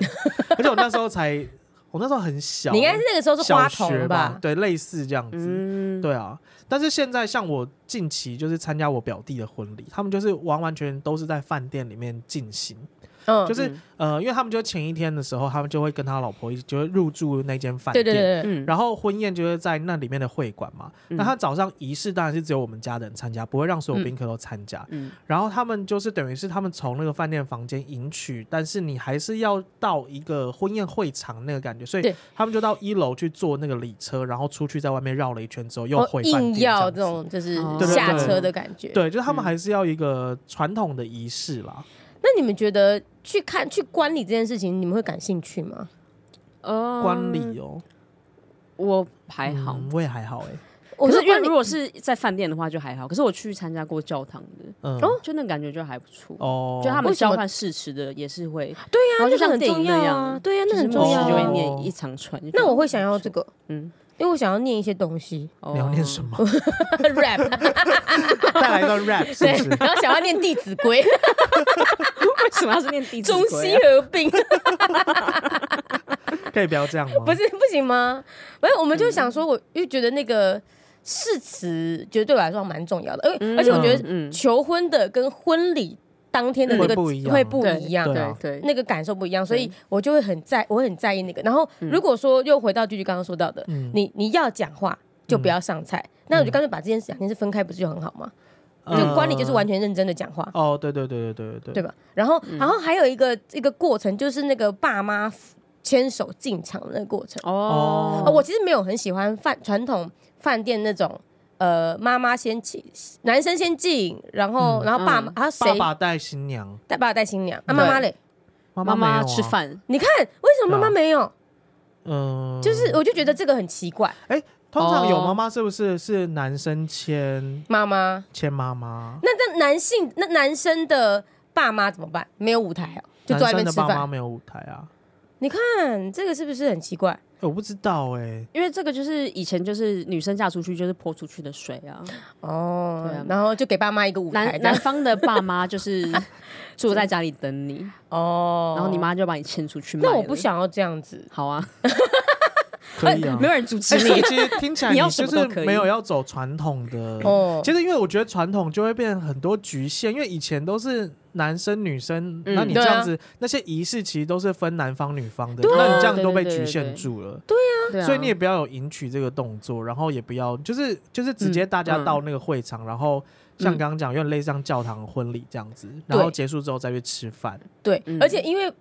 而且我那时候才。我那时候很小，你应该是那个时候是花啊小学童吧？对，类似这样子。嗯，对啊，但是现在像我近期就是参加我表弟的婚礼，他们就是完完全全都是在饭店里面进行，嗯，就是嗯呃，因为他们就前一天的时候，他们就会跟他老婆一起就会入住那间饭对店，对对对，嗯，然后婚宴就是在那里面的会馆嘛。嗯那他早上仪式当然是只有我们家的人参加，不会让所有宾客都参加。嗯然后他们就是等于是他们从那个饭店房间迎娶，但是你还是要到一个婚宴会场那个感觉，所以对他们就到一楼去坐那个礼车，然后出去在外面绕了一圈之后又哦回饭店硬这要这样子。种就是哦对对对下车的感觉。对，就是他们嗯还是要一个传统的仪式啦。那你们觉得去看去观礼这件事情，你们会感兴趣吗？呃观礼哦，我还好，嗯我也还好哎、我可说是因为观礼如果是在饭店的话就还好，可是我去参加过教堂的，嗯哦，就那感觉就还不错。哦，就他们为什么交换誓词的也是会，对呀、然后就那个像很电重影要那啊样，，对呀、那很就是重牧要、师啊。就会念一长串。就觉得那我会想要这个，嗯，因为我想要念一些东西哦你要念什么？么？ ，rap，带来一段 rap 是对不 是，？然后想要念《弟子 规》， 为什么要是念地址 中规西啊合并，哦可以不要这样吗？不是不行吗？反正我们就想嗯说，我就觉得那个誓词，觉得对我来说蛮重要的，而、而且我觉得嗯，求婚的跟婚礼当天的那个会不一样会不对一样，对啊对对，那个感受不一样，所以对我就会很在，我很在意那个。然后如果说又回到句句刚刚说到的，嗯你你要讲话就不要上菜，那我就干脆把这件事两件事分开，不是就很好吗？就管理就是完全全认真的讲话，哦，对对对对对嗯对对对，吧？然后然后还有一个一个过程，就是那个爸妈牵手进场的那个过程。哦哦，我其实没有很喜欢饭传统饭店那种。呃，妈妈先进，男生先进，然后，嗯然后爸嗯妈，然后谁爸爸带新娘，带爸爸带新娘，啊，对妈妈嘞？妈妈没有妈啊吃，饭，你看为什么妈妈没有？嗯，就是我就觉得这个很奇怪，通常有哦妈妈是不是是男生牵妈妈。牵妈妈？那那男性那男生的爸妈怎么办？没有舞台哦，就坐在那边男生的吃爸妈饭。没有舞台啊？你看这个是不是很奇怪？哎我不知道哎，因为这个就是以前就是女生嫁出去就是泼出去的水啊，哦对啊，然后就给爸妈一个舞台男这男样，方的爸妈就是 住在家里等你，哦，然后你。妈就把你牵出去卖那了。我不想要这样子，好啊，可以啊没。有人阻止哎所以 你。其实听起来你要就什么是都可以没有要走传统的哦其实因为我觉得传统就会变很多局限，因为以前都是男生女生，嗯那你对这啊样子那些仪式其实都是分男方女方的，对啊那你这样都被对对对局对限对住了。对啊所以你也不要有迎娶这个动作，然后也不要就是就是直接大嗯家到那个会场，然后像刚刚讲，有点类似像教堂婚礼这样子，然后结束之后再去吃饭。对，嗯而且因为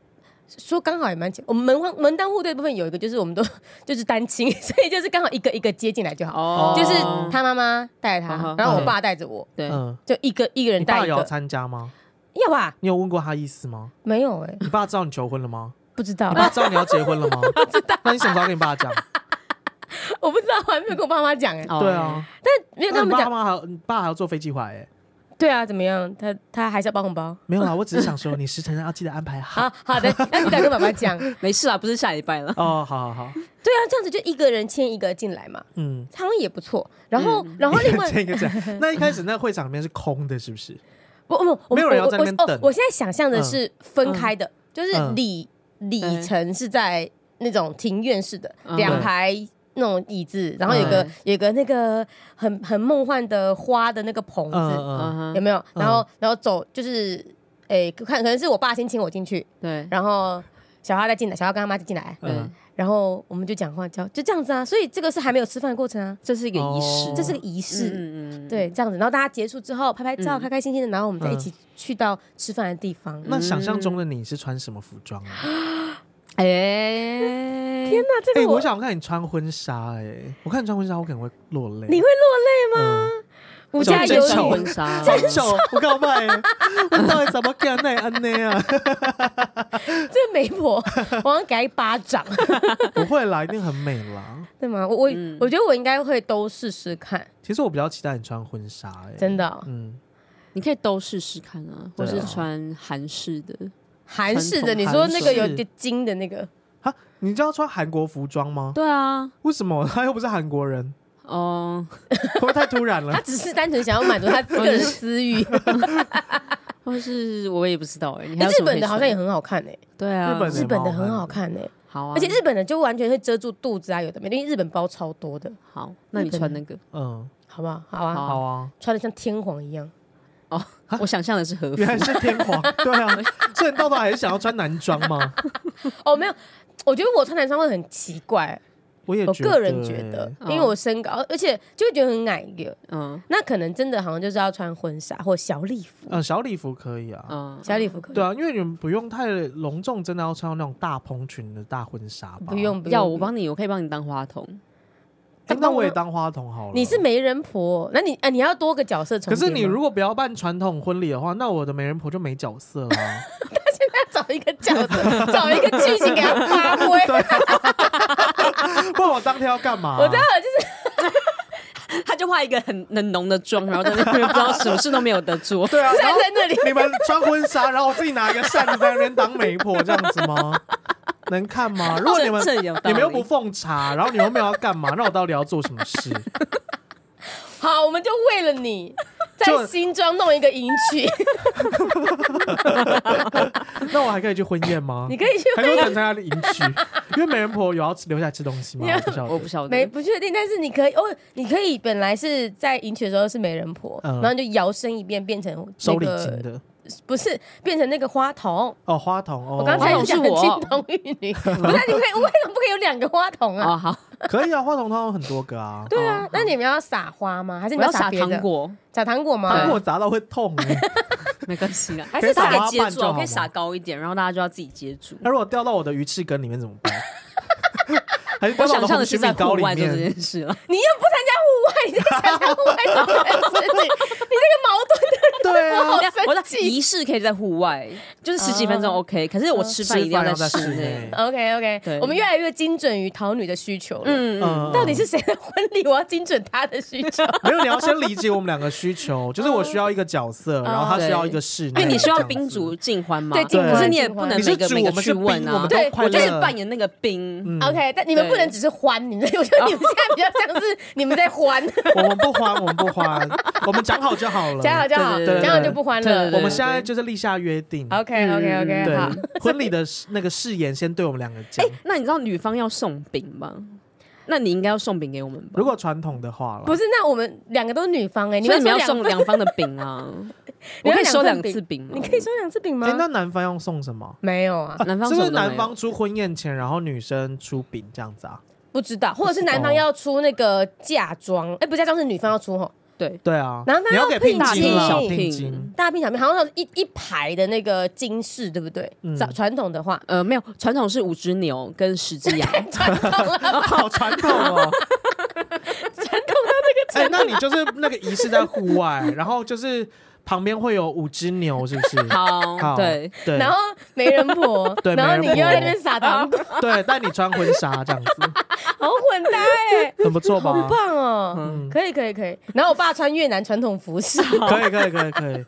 说刚好也蛮巧，我们门户门当户对部分有一个就是我们都 就是单亲， 所以就是刚好一个一个接进来就好，哦就是他妈妈带着嗯他哼，然后我爸带着我，对，嗯，就一个一个人你带爸一有个，参加吗？要吧？你有问过他意思 吗？没有哎，你爸知道你求婚了吗？不知道你，爸知道你要结 婚了吗？那你什么时候跟你爸讲？我不知道，我还没有跟我爸妈讲哎，哦对啊，没有跟那他你们爸讲。妈还有你爸还要坐飞机回来欸？对啊，怎么样？他他还是要包红包。没有啦，我只是想说，你时辰要记得安 排好。好好的，要记得跟爸爸 讲。对没事啊，不是下礼拜了。哦，好好好，啊，这样子就一个人牵一个进来嘛， 嗯。好像也不错。然后，然后另外这个这样，那一开始那会场里面是空的，是不是？不不，我没有人要在那边我我等哦我现在想象的是分开的，就是嗯里里嗯程是在那种庭院式的，嗯两排。那种椅子，然后有一个嗯有一个那个很很梦幻的花的那个棚嗯子，嗯，嗯有哼，没有？嗯然后然后走就是，诶，看可能是我爸先请我进去，对然后小花再进来，小花跟他妈进来，对嗯，然后我们就讲话交，就这样子啊。所以这个是还没有吃饭的过程啊，这是一个仪式哦，这是个仪式，嗯嗯嗯对，这样子。然后大家结束之后拍拍嗯照，开开心心的，然后我们再一起去到吃饭的地方。那想象嗯中的你是穿什么服装 啊？哎，天哪，这哎、个我我想看你穿婚纱，哎，我看你穿婚纱，我可能会落泪。你会落泪吗？无家想有真穿丑女，婚纱，真丑，我告白， 我到底怎么干那安内啊？这个媒婆，我想给她一巴掌，不会啦，一定很美啦。对吗？我我嗯我觉得我应该会都试试看，其实我比较期待你穿婚纱，哎，真的哦。嗯，你可以都试试看啊，或对啊是穿韩式的，韩式的，传统你说那个韩式有点金的那个，哈，你知道穿韩国服装吗？对啊，为什么 他又不是韩国人？哦，会不会太突然他了？ 只是单纯想要满足 他自个人的私欲。或是我也不知道哎，你还有日什么可以哎本的好像也穿很好看诶，欸对啊，日本的日本的很好看诶，欸好啊，而且日本人就完全会遮住肚子啊，有的没的，因为日本包超多的，好，那你穿那个， 嗯，好不好？好啊，好好啊，穿的像天皇一样，我想象的是和服原，来是天 皇，对啊，所以你到头还是想要穿男装吗？哦，没有，我觉得我穿男装会很奇怪，我也我觉得个人觉得欸，欸因为我身高，而且就会觉得很矮个，嗯那可能真的好像就是要穿婚纱或小礼服，呃，小礼服可以啊，嗯，小礼服可以对，啊，因为你们不用太隆重，真的要穿那种大蓬裙的大婚纱吧？不用，不用，要我帮你，我可以帮你当花童，欸，那我也当花童好了。你是媒人婆，那你啊，你要多个角色重可叠吗。是你如果不要办传统婚礼的话，那我的媒人婆就没角色啊啦、 要找一个角色，找一个剧情给他发挥，啊 不然我当天要干嘛、我知道了，就是他就化一个很很浓的妆，然后在那边不知道什么事都没有得做，对啊，然站后在那里。你们穿婚纱，然后我自己拿一个扇子在那边当媒婆，这样子 吗？能看吗？如果你们这这有道理你们又不奉茶，然后你们又没有要干嘛，那我到底要做什么事？好，我们就为了你，就在新庄弄一个迎娶， 那我还可以去婚宴吗你？可以去 还是我只能参加迎娶？因为媒人婆有要吃留下来吃东西吗？你要我不 晓我不晓得。没得，不确定，但是你可以哦，你可以本来是在迎娶的时候是媒人婆，嗯然后你就摇身一变变成那收礼金个的不是变成那个花童。哦，花童哦，我刚才花有童讲是的我金童玉女，不是你可以为什么不可以有两个花 童啊？哦好，可以啊，花童它有很多个啊，对啊，那你们要撒花吗？还是你我们要撒别的糖？果，撒糖果啊吗？糖果砸到会痛 欸。没关系啦，还 可以是他撒可花以接瓣住就啊，好我可以撒吗？高一点，然后大家就要自己接 住。那如果掉到我的鱼翅羹里面怎么 办？还是我掉到想我象红的曲是米在糕户里外做这面？件事 了，你又不参加户外，你在参加户外做这件事情，你这个矛盾的对啊，好我的生气。仪式可以在户外，就是十几分钟嗯哦 OK，可是我吃饭一定要在在室内。。 OK 对 OK，我们越来越精准于桃女的需求了。嗯，嗯到底是谁的婚礼？我要精准她的需求。没有？你要先理解我们两个需求，就是我需要一个角色，然后他需要一个室内。嗯哦因为你需要这样子宾主，尽欢嘛，对尽欢可是你也尽不欢能你每是个主，每我个们去是宾，我问们啊都。对快我就是乐。嗯扮演那个宾， OK，但你们嗯不能对只是欢，你们 我觉得你们现在比较像是你们 在欢，我们不欢，我们不欢，我们讲好就好了。讲好就好，对对对讲好就不欢对对对。了嗯我们现在就是立下约定。 OK OK 对 OK，好，， 婚礼的那个誓言先对我们两个哎讲。那你知道女方要送饼吗？那你应该要送饼给我们吧？如果传统的话了不，是，那我们两个都是女方哎，你所以们你们要两送份两 方的饼啊，我你要可以收两两份饼次饼哦吗你？可以收两次饼哎，吗？那男方要送什么？没有啊，男方是不什是么都没男有方出婚宴钱，然后女生出饼这样子啊？不知道，或者是男哦方要出那个嫁妆，哎，不嫁妆是女方要出吼，对对啊，然后他你要要给聘聘金啦金小聘 聘金，大聘小聘好像是一一排的那个金饰，对不对？嗯，传、传统的话呃没有传统是五只牛跟十只 羊，传统啊，好传统哦， 传统到这个哎，那你就是那个仪式在户外，然后就是旁边会有五只牛，是不 是？好好，对，对然后媒人 婆，对然后你媒人又婆在那边撒糖果，对，但你穿婚纱这样子，好混搭哎、很不错 吧？好棒哦、嗯可以可以可以。然后我爸穿越南传统服 饰，可以，可以，可以，可以。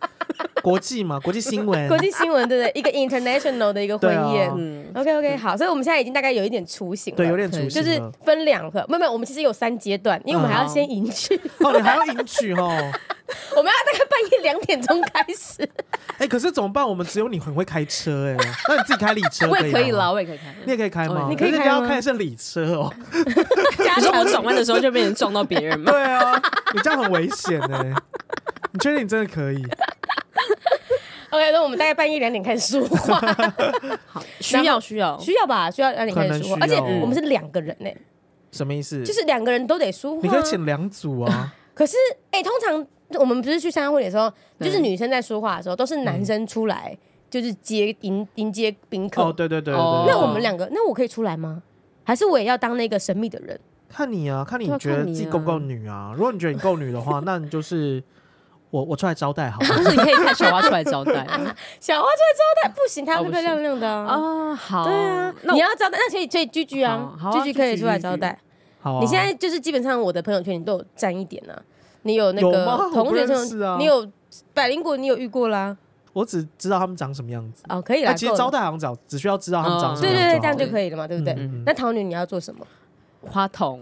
国际嘛，国际新闻，国际新闻对不对？一个 international 的一个婚宴、对嗯， OK OK 好，所以我们现在已经大概有一点雏形了，对，有点雏就形是了。分两个，没有没有，我们其实有三阶段，因为我们还要先迎娶，哦，你还要迎娶哦？ 我们要大概半夜两点钟开始。哎，可是怎么办？我们只有你很会开车哎，那你自己开礼车我也可以吗啦，。我也可以看。哦你也可以开吗？哦你可以是开你要吗开的是礼车哦。 你说我转弯的时候就被人撞到别人吗？对啊，你这样很危险哎。你确定你真的可以？ OK，那我们大概半夜两点开始说 话，好，需要需要， 需要吧？需要两点开始说话，可而能需且要我们是两个人呢、什么意思？就是两个人都得说话啊。你可以请两组啊。可是哎、通常我们不是去参加婚礼的时候，对就是女生在说话的时候，都是男生出来，就是接迎迎接宾客。嗯哦，对对对对哦对。那我们两个，那我可以出来吗？还是我也要当那个神秘的人？看你啊，看你对啊觉得看你自啊己够不够女啊。如果你觉得你够女的话，那你就是我我出来招待好了。不哦是你可以看小花出来招待 小花出来招待不行，她要哦漂漂亮亮的啊。哦啊，好，对啊，那你我要招待，那可以可以居居啊好，好啊居居可以出来居居招待。好啊，你现在就是基本上我的朋友圈你都有沾一点啊，你有那有吗个我同不学认这识种，啊你有百灵果，你有遇过啦？我只知道他们长什么样子。哦，可以那啦，啊其实够了招待好像只只需要知道他们长什么对样对子对，好这样了就可以了嘛，对不对嗯嗯？那桃女你要做什么？花筒，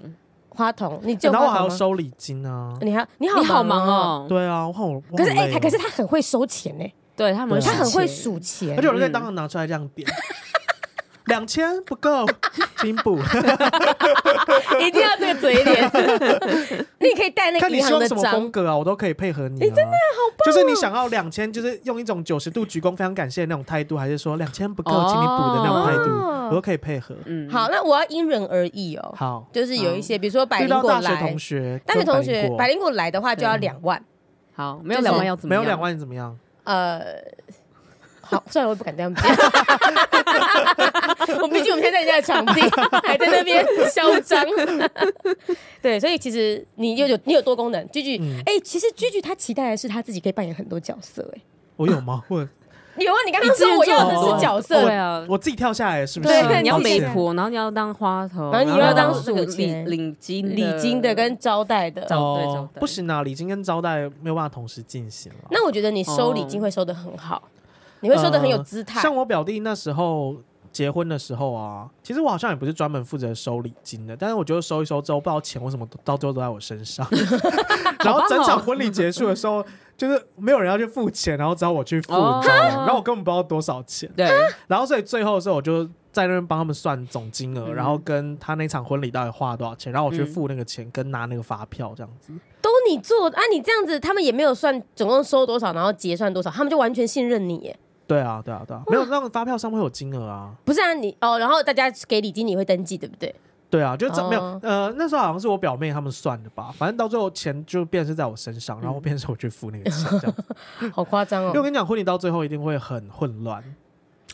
花童，你就欸然后我还要花童吗，收礼金啊。你还要你好你好忙忙哦。哦，对啊，我好，我好可是哎，累他哦可是他很会收钱呢，欸对他们对啊他很会数数钱 而且。有人在当场拿出来这样点。两千不够，请 补。一定要这个嘴脸。 你可以带那个 看你银希行望的什么风章，格啊，我都可以配合你、啊。你真的好哦棒、就是你想要两千，就是用一种九十度鞠躬非常感谢的那种态度，还是说两千不够，哦请你补的那种态度，哦我都可以配合。嗯，好，那我要因人而异哦。好，就是有一些，比如说百嗯遇灵到果大学同来，学，大学跟同百灵学果百灵果来的话就要两万，好，没有就是两万要怎么没有样？两万怎么样？呃，好，算了，我也不敢这样讲。 我毕竟我们现在在人家的场 地，还在那边嚣张。 对，所以其实你又有你有多功能，居居。嗯哎、其实居居他期待的是他自己可以扮演很多角色、我有吗？我哎，有啊，你刚刚说我要的是角色，哎哦对啊。我自己跳下来是不是？对抱你要媒歉婆，然后你要当花头，然后你又要然当后那个数钱领领巾的、礼金的跟招待的。招对招哦，待不行啊，礼金跟招待没有办法同时进行啊了。那我觉得你收礼金会收的很好，你会收的很有姿态。呃像我表弟那时候结婚的时候啊，其实我好像也不是专门负责收礼金的，但是我就收一收之后，不知道钱为什么都到最后都在我身 上。 然哦后整场婚礼结束的时候，就是没有人要去付钱，然后找我去付，哦你知道吗？然后我根本不知道多少钱，对，啊然后所以最后的时候我就。在那边帮他们算总金额，嗯然后跟他那场婚礼到底花了多少钱，然后我去嗯付那个钱，跟拿那个发票这样子。都你做啊，你这样子，他们也没有算总共收多少，然后结算多少，他们就完全信任你哎耶。对啊，对啊，对啊，没有那个发票上会有金额啊。不是啊，你哦，然后大家给礼金，你会登记对不对？对啊，就这、哦没有呃，那时候好像是我表妹他们算的吧，反正到最后钱就变成是在我身上，然嗯后变成是我去付那个钱，这 样。好夸张嗯因为我哦。跟你讲，婚礼到最后一定会很混乱，嗯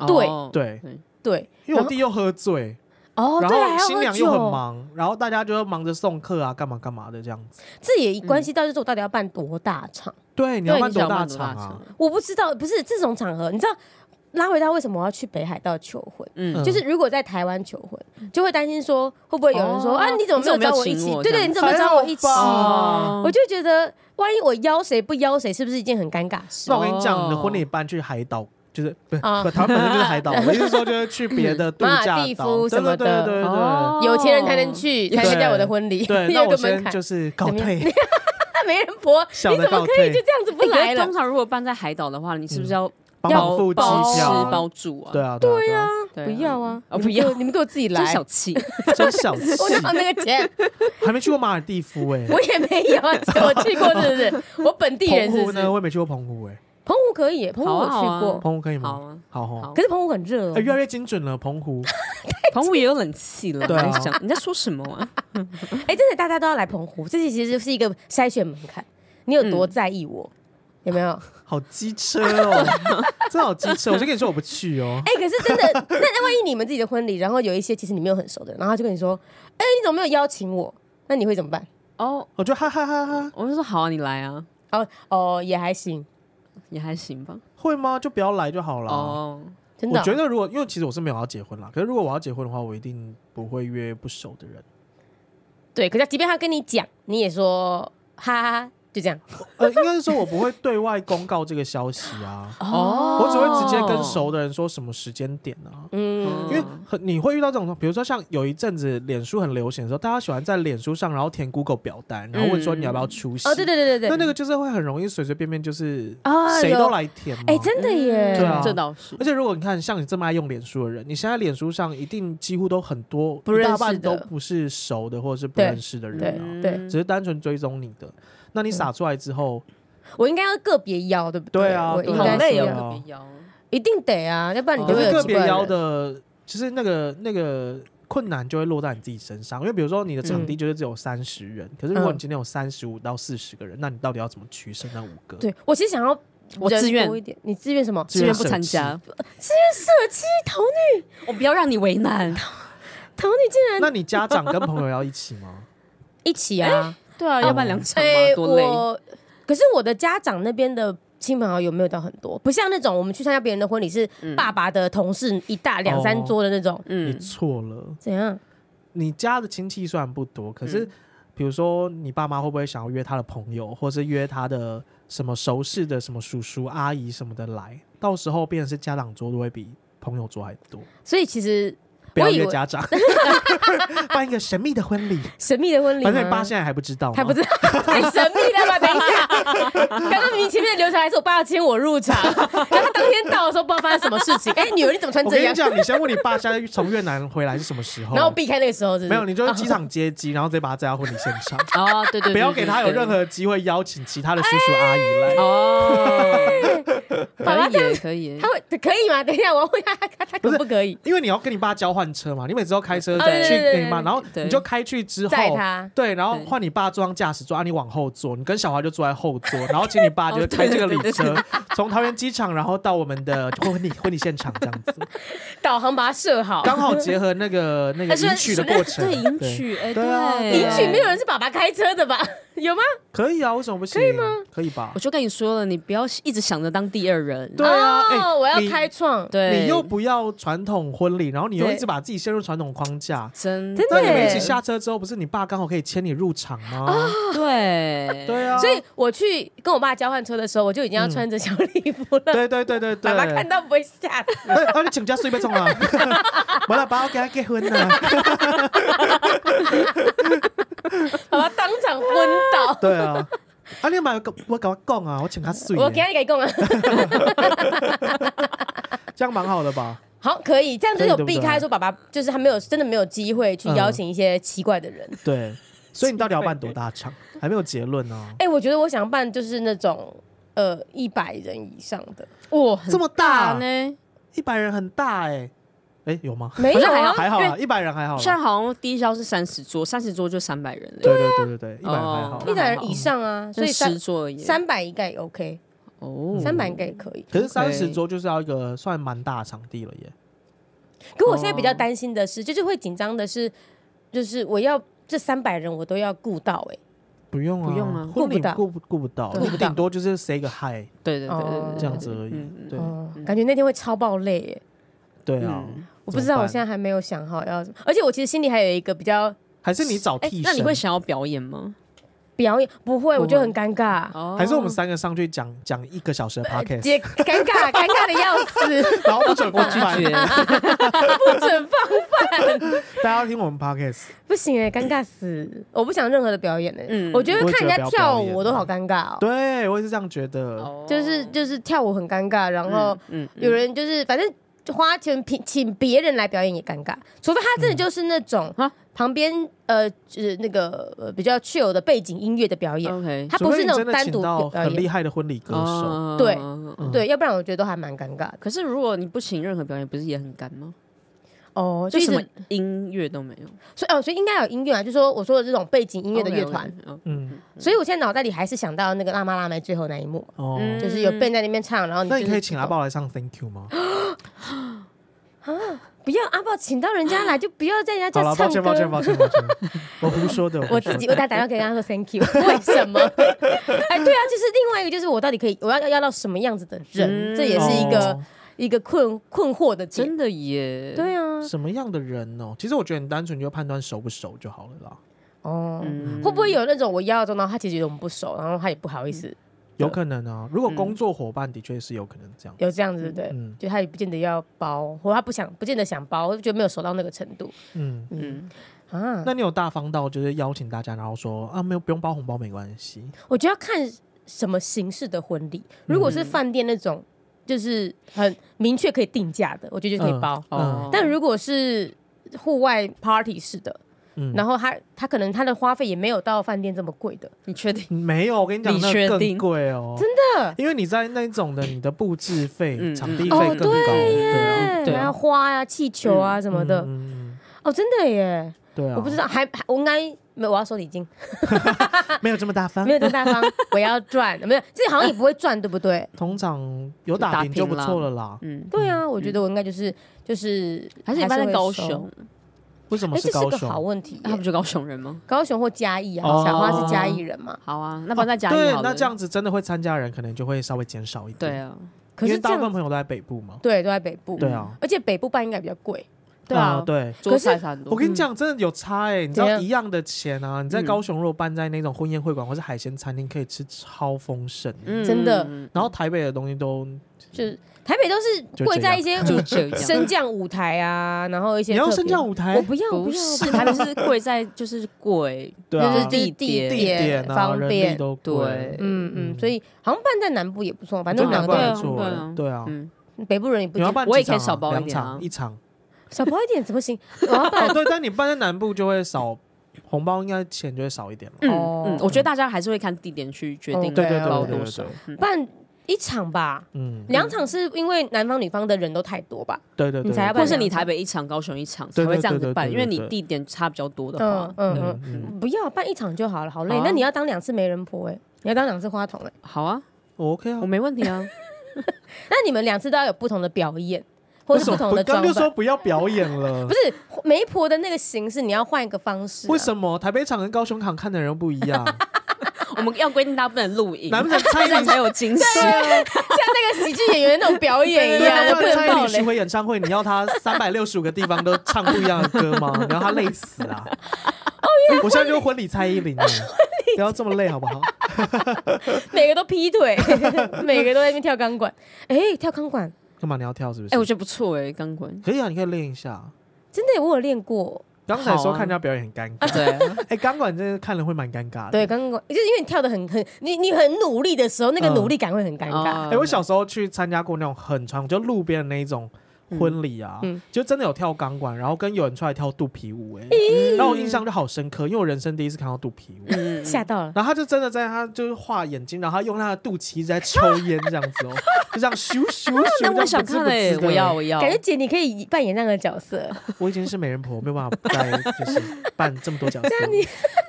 对哦，对，对，因为我弟又喝醉，哦，然对啊，还后要新喝娘又很酒，忙，然后大家就忙着送客啊，干嘛干嘛的这样子。这也关系到就是我到底要办多大场，对，你对要你办多想大办多场大啊场？我不知道，不是这种场合，你知道拉回到为什么我要去北海道求婚？嗯，就是如果在台湾求嗯婚，就会担心说会不会有人说、哦啊，你怎么没有你怎么没有找我一请起？我对这对，样你怎么没有找我一起？还好吧哦我就觉得，万一我邀谁不邀谁，是不是一件很尴尬的事那？我跟你讲，哦你的婚礼搬去海岛。就是不是，啊不台湾本身就是海 岛，我意思是说就是去别的度马假尔地岛，夫对什对么对的对对哦有钱人才能去，才能参加我的婚礼， 对。对，那有我个门先槛就。是告怎么样退，那媒人婆，小你的怎告么可以退就，这样子不欸可是来了通？常如果办在海岛的话，你是不是要嗯帮包忙付机包吃票，包住啊？对啊，对啊，对啊，不要啊！哦你们不要给我你们给我自己真来。 小气。真小气， 我哪有那个 钱？还没去过马尔地夫哎、我也没有啊，我去过是不是？我本地人澎是湖不是？呢，我也没去过澎湖哎、澎湖可以，澎湖我去好啊好啊过，澎湖可以吗？好啊好哦好可是澎湖很热哦哎、。越来越精准了，澎湖。澎湖也有冷气了，对啊你想你在说什么啊？哎，真的大家都要来澎湖，这其实是一个筛选门槛。你有多在意我？有没哎有？好机车哦， 真好机车！我就跟你说我不去哦。哎、可是真的，那那万一你们自己的婚礼，然后有一些其实你没有很熟的人，然后他就跟你说，哎、你怎么没有邀请我？那你会怎么办？哦，我就哈哈哈哈，我就说好啊，你来啊，哦哦，也还行，也还行吧。会吗？就不要来就好了。哦，真我的哦、觉得如果因为其实我是没有要结婚啦，可是如果我要结婚的话，我一定不会约不熟的人。对。可是即便他跟你讲，你也说哈哈哈，就这样。呃，应该是说我不会对外公告这个消息啊，哦我只会直接跟熟的人说什么时间点啊。嗯，因为很你会遇到这种，比如说像有一阵子脸书很流行的时候，大家喜欢在脸书上然后填 Google 表单，然后问说你要不要出席。哦，对对对对那对，那个就是会很容易随随便便就是啊谁有都来填嘛。哎、真嗯的耶，对啊这倒是而。且如果你看像你这么爱用脸书的人，你现在脸书上一定几乎都很多不认识一的大半都不是熟的或者是不对认识的对人啊，对嗯只是单纯追踪你的。那你撒出来之后，我应该要个别邀，对不对啊我对应啊好该累是有哦，要特别腰一定得啊，要不然你哦就可会是有个奇别怪邀人。的，就是那个那个困难就会落在你自己身上，因为比如说你的场嗯地就是只有三十人，可是如果你今天有三十五到四十个人，那你到底要怎么取胜那五个？对啊我其实想要我自人愿多一点，你自愿什么？自愿不参加，舍弃头女，哦我不要让你为难。头女竟然那你家长跟朋友要一起 吗？一起啊。对啊，要办两场嘛，哎，多累。我可是我的家长那边的亲朋好友没有到很多，不像那种我们去参加别人的婚礼是嗯爸爸的同事一大两哦三桌的那种。你嗯，错了，怎样？你家的亲戚虽然不多，可嗯是比如说你爸妈会不会想要约他的朋友，或是约他的什么熟识的什么叔叔阿姨什么的来？到时候变成是家长桌都会比朋友桌还多，所以其实不 要我以约为家长，办一个神秘的婚礼，神秘的婚礼吗，反正你爸现在还不知道吗，还不 知道，太神秘了吧？等一下，刚刚明明前面的流程还是我爸要牵我入 场，然后他当天到的时候不知道发生什么事情，哎，女儿你怎么穿我这跟你样？讲，你先问你爸现在从越南回来是什 么时候，然后避开那个时候，是不是没有，你就机场接机，然后直接把他载到婚礼现场，哦， 对对，对不要给他有任何机会邀请其他的叔叔阿姨来。哦，可以耶可以耶他，会可以吗？等一下，我要问一下他他他可不可以？因为你要跟你爸交换车嘛，你每次都开车哦对去对对给你爸，对然后啊对你就开去之后载他，对，然后换你爸坐上驾驶座，啊，你往后坐，你跟小华就坐在后座，然后 请你爸就是哦对开这个对礼对对车从桃园机场，然后到我们的婚礼婚礼现场这 样子，哦导航把它设好，刚好结合那个那个但是哎迎娶的过程，对迎娶，哎，对啊对，迎娶没有。有人是爸爸开车的吧？ 有吗？可以啊，为什么不行？可以吗？可以吧我？哦就跟你说了，你不要一直想着当第二人。对啊，哎哦，我要你开创，对，你又不要传统婚礼，然后你又对一直把自己陷入传统框架。真真那的你们一起耶下车之后，不是你爸刚好可以牵你入场吗？对对啊，啊所以我去跟我爸交换车的时候，我就已经要穿着小礼服了。嗯对对对对对，爸爸看到不会吓死，哎，啊，你请假睡 被中啊！没了，爸，我跟他结婚啊了。爸爸当场昏倒。对啊，啊，你买我跟我讲啊，我请他睡耶，我给他一个供啊，这样蛮好的吧？好，可以，这样就有可以对不对避开说爸爸就是他没有真的没有机会去邀请一些奇怪的人。对，所以你到底要办多大场？还没有结论哦呢。哎、我觉得我想办就是那种呃一百人以上的，哇，这么大呢？一百人很大哎，哎，有吗？没有好像还啊好，还好因啦，为一百人还好啦。现在好像低消是三十桌，三十桌就三百人了，对对对对对，一百人还好哦。啊一百人以上啊，所以十三桌而已。三百应该也 OK，哦，嗯三百应该也可以。可是三十 OK 桌就是要一个算蛮大的场地了耶。可我现在比较担心的是，就是会紧张的是，就是我要这三百人我都要顾到哎、不用啊，不用啊婚礼顾不到顾不顾不到，对你顶多就是 say 个 hi 对对对对哦对，这样子而已嗯。嗯对哦，感觉那天会超爆累哎、对啊，嗯我不知道我现在在还没有想好要什么，而且我其实心里还有一个比较还是你找哎替，那身，你会想要表演吗？表演，不会，不会我觉得很尴尬。哦还是我们三个上去讲讲一个小时的 podcast，姐尴 尬，尴尬的要死，然后不 准放拒饭，绝？不准放，大家要听我们 podcast， 不行哎、尴尬死！我不想任何的表演哎、嗯我觉得我也看人觉家得不要跳表演舞我都好尴尬哦、对我也是这样觉得。哦就是就是跳舞很尴尬，然后嗯，嗯有人就是反正花钱请请别人来表演也尴尬，除非他真的就是那种嗯啊旁边呃就是那个呃比较 chill 的背景音乐的表演， OK，他嗯除不非是你那真种的单请独到表很厉演，害的婚礼歌手，哦对嗯对，要不然我觉得都还蛮尴尬的。可是如果你不请任何表演，不是也很干吗？哦，就就什是么音乐都没有，所以哦，所以应该有音乐啊，就说我说的这种背景音乐的乐团。 OK，OK，哦嗯，所以我现在脑袋里还是想到那个辣妈辣妹最后那一幕，哦，嗯就是有 band 在那边唱，然后你那就你是可以请阿豹来上 Thank You 吗？不要阿豹请到人家来，就不要在人家好家了，抱唱歉歌。抱歉抱歉抱歉， 我胡说的，哦我胡自说的己，我打打电话给他说 thank you，为什么？哎，对啊，就是另外一个，就是我到底可以，我要要要到什么样子的人，嗯这也是一个哦一个困困惑的点。真的耶，对啊，什么样的人哦？其实我觉得很单纯，你就判断熟不熟就好了啦。哦，嗯，会不会有那种我邀中，然后他其实觉得我们不熟，然后他也不好意思，有可能啊，如果工作伙伴的确是有可能这样。有这样嗯子对不对？嗯就他也不见得要包，或他不想，不见得想包，我就觉得没有熟到那个程度嗯，嗯啊。那你有大方到就是邀请大家，然后说啊没有不用包红包没关系，我觉得要看什么形式的婚礼。如果嗯是饭店那种，就是很明确可以定价的，我觉得就可以包。嗯哦？但如果是户外 party 式的，嗯，然后他他可能他的花费也没有到饭店这么贵的，你确定？嗯没有，我跟你讲，你那确更定贵哦，真的。因为你在那种的，你的布置费、嗯场地嗯费更哦，高，对对啊，耶，对啊然后花啊、气球啊什什么的，嗯，嗯哦，真的耶，对啊，我不知道，还还我应该没有，我要收礼金，没有这么大方没。有这么大 方，我要赚，没有，这好像也不会赚，对不对？通常有打打平平就不啦错了啦。嗯，对啊，我觉得我应该就是就是还是你办在会高收雄，？为什么哎，是这高是个雄？好问题耶他不就高雄人吗？高雄或嘉义啊哦，小花是嘉义人嘛？好啊，哦那不然在嘉义对好，了。那这样子真的会参加的人可能就会稍微减少一点。对啊，可因是为这大部分样朋友都在北部嘛。对都在北部，对啊，而且北部办应该比较贵，对啊，嗯对。桌菜差很多。我跟你讲，真的有差哎、你知怎道样一样的钱啊，你在高雄若办在那种婚宴会馆或是海鲜餐厅，可以吃超丰盛。欸嗯真的然后台北的东西都，就是台北都是贵在一些就舞这 样。升降舞台啊，然后一些你要特别升降舞台我，不要，我不要是，台北是贵在就是贵，对啊，就是就是地地点地点啊，方人便力都对贵，嗯嗯，所以好像办在南部也不错，反就嗯正难南两部个也怪不不错了。对啊，嗯，北部人也不你要办我也几场啊可以少包一两点啊场一场。少包一点怎么行？我要 办哦，对，但你办在南部就会少红包，应该钱就会少一点了。嗯哦嗯，我觉得大家还是会看地点去决定哦对对对包对多对少对，。办一场吧，嗯，两场是因为男方女方的人都太多吧？对对对，你才要或办是你台北一场，高雄一场才对对会这样子对对办，对因为你对地点差比较多的话嗯，嗯嗯嗯，嗯，嗯，不要办一场就好了，好累好。啊那你要当两次媒人婆哎，你要当两次花童哎，好啊，我 OK 啊我。没问题 啊。那你们两次都要有不同的表演，或为是什不么同的刚装就说扮。不要表演了 不。是媒婆的那个形式，你要换一个方式啊。为什么台北场跟高雄场看的人又不一 样？我们要规定大家不能录影，难不成蔡依这样 林才有惊喜？像那个喜剧演员那种表演一样，啊不啊不然能蔡依爆林巡雷。回演唱会，你要他三百六十五个地方都唱不一样的歌 吗？你要他累死啊！哦我现在就婚礼蔡 依林了，不要这么累好不好？每个都劈腿， 每个都在那边跳钢管。哎、跳钢管干嘛你要跳是不是？哎，我觉得不错哎，钢管。可以啊，你可以练一下。真的我有练过，刚才说好啊看人家表演 很尴 尬，对啊，哎，钢管真的看了会蛮尴尬的。对钢管，就是因为你跳的很很，你你很努力的时候，那个嗯努力感会很尴尬。哦哎、我小时候去参加过那种很长，就路边的那一种婚礼啊，嗯嗯就真的有跳钢管，然后跟有人出来跳肚皮舞、哎、然后我印象就好深刻，因为我人生第一次看到肚皮舞。嗯吓、到了，然后他就真的在他就是画眼睛，然后他用他的肚脐一直在抽烟这样子哦，就这样咻咻咻。 那我想看哎，我欸要，嗯我要，感觉姐你可以扮演那样的角色，我已经是美人婆，没有办法再就是扮这么 多角色。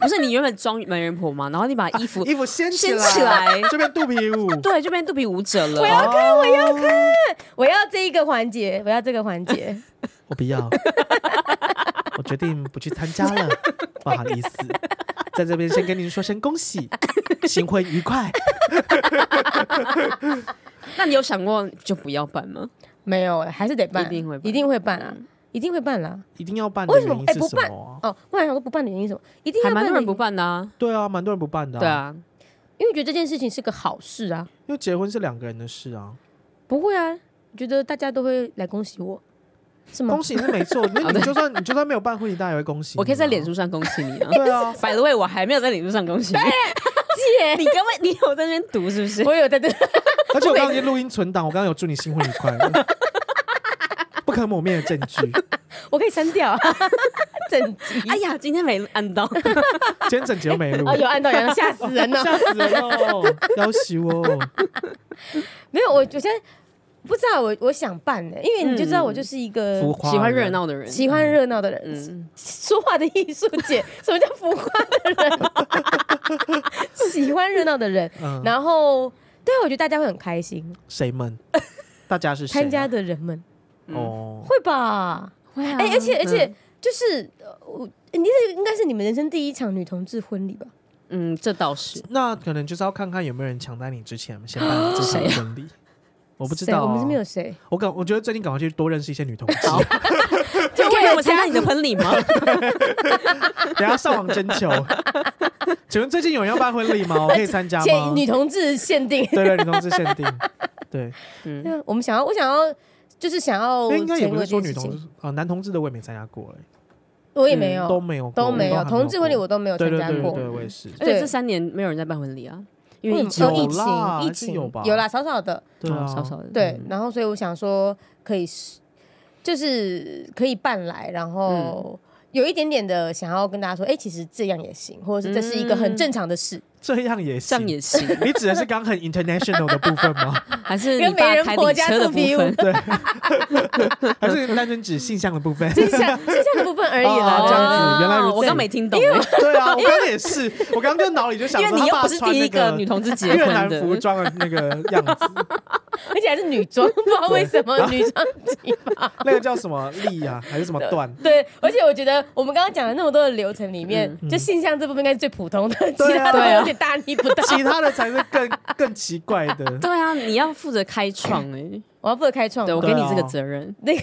不是你原本装媒人婆嘛，然后你把衣服衣服掀掀起来，起来，这边肚皮舞。对，就变肚皮舞者了。哦要看，我要看，我要这一个环节，我要这个环节，我不要， 我决定不去参加了， 不好意思，在这边先跟您说声恭喜，新婚愉快。那你有想过就不要办吗？没有，还是得办，一定会办嗯一定会办啊，一定会办啦、一定要办的为原什么因？哎、是不什办么啊？哦，我想说不办的原因是什么？一定还要办蛮的多原人因不，办的啊。对啊，蛮多人不办的、对，啊，因为觉得这件事情是个好事啊。因为结婚是两个人的事啊。不会啊，觉得大家都会来恭喜我，是吗恭？喜是没错，那你就算你就算没有办婚礼，大家也会恭喜你啊。我可以在脸书上恭喜你啊。对啊，百乐位我还没有在脸书上恭喜你， 姐，你刚刚你有在那边读是不是？我有 在这，而且我刚刚已经录音存档，我刚刚有祝你新婚愉快，不可抹灭的证据。我可以删掉， 整集。哎呀，今天没按到，今天整节都没录哦，，有按到人，吓死 人了。吓死人哦，要死哦。没有，我我现在不知道，我我想办呢、因为你嗯就知道我就是一个浮夸喜欢热人闹的人，喜欢热闹的人，嗯，说话的艺术姐， 什么叫浮夸的人？ 喜欢热闹的人，嗯然后对啊，我觉得大家会很开心，谁们？大家是谁啊参加的人们哦，会吧？会啊哎、而且而且就是呃我，你这应该是你们人生第一场女同志婚礼吧？嗯，这倒是，那可能就是要看看有没有人抢在你之前先办这场婚礼。我不知啊谁道啊，我们这边 有谁？我感我觉得最近赶快去多认识一些女同志，就为了我参加你的婚礼 吗？等一下上网征 求。请问最近有人要办婚礼吗？我可以参加且吗？女同志限定。对对，女同志限 定，对，嗯我们想要，我想要，就是想要那应该也成不为是这说件女事同情，志啊，男同志的我也没参加过，哎，我也没有，都没有过，都没有还同志婚礼，我都没有对参对加对对过对，。我也是。而且这三年没有人在办婚礼啊，因为疫情有疫有啦情，疫还是情有吧啦，少少的，对啊，哦少少的，对。然后，所以我想说，可以是就是可以办来，然后有一点点的想要跟大家说，哎，其实这样也行，或者是这是一个很正常的事，这样也这行样。也行，你指的是刚刚很 international 的部分 吗？ 还是跟你媒爸人开婆礼家车的做部比武分，还是单纯指性向的部分？这项这项的部分而已啦，哦这样子。子原来如此我刚没听懂，欸 因 对啊，我刚刚也是，我刚刚就脑里就想为说，你他又爸不是穿第一那个个女同志结越婚南的，服装的那个样子，而且还是女装，不知道为什么女装级吧。那个叫什么力啊，还是什么段？对，而且我觉得我们刚刚讲了那么多的流程里面，就性向这部分应该是最普通的，其对啊他对的啊有点大逆不道。 其他的才是更更奇怪的。 对啊，你要负责开创哎，我要负责开创对我嘛，给你对啊这个责任，那个，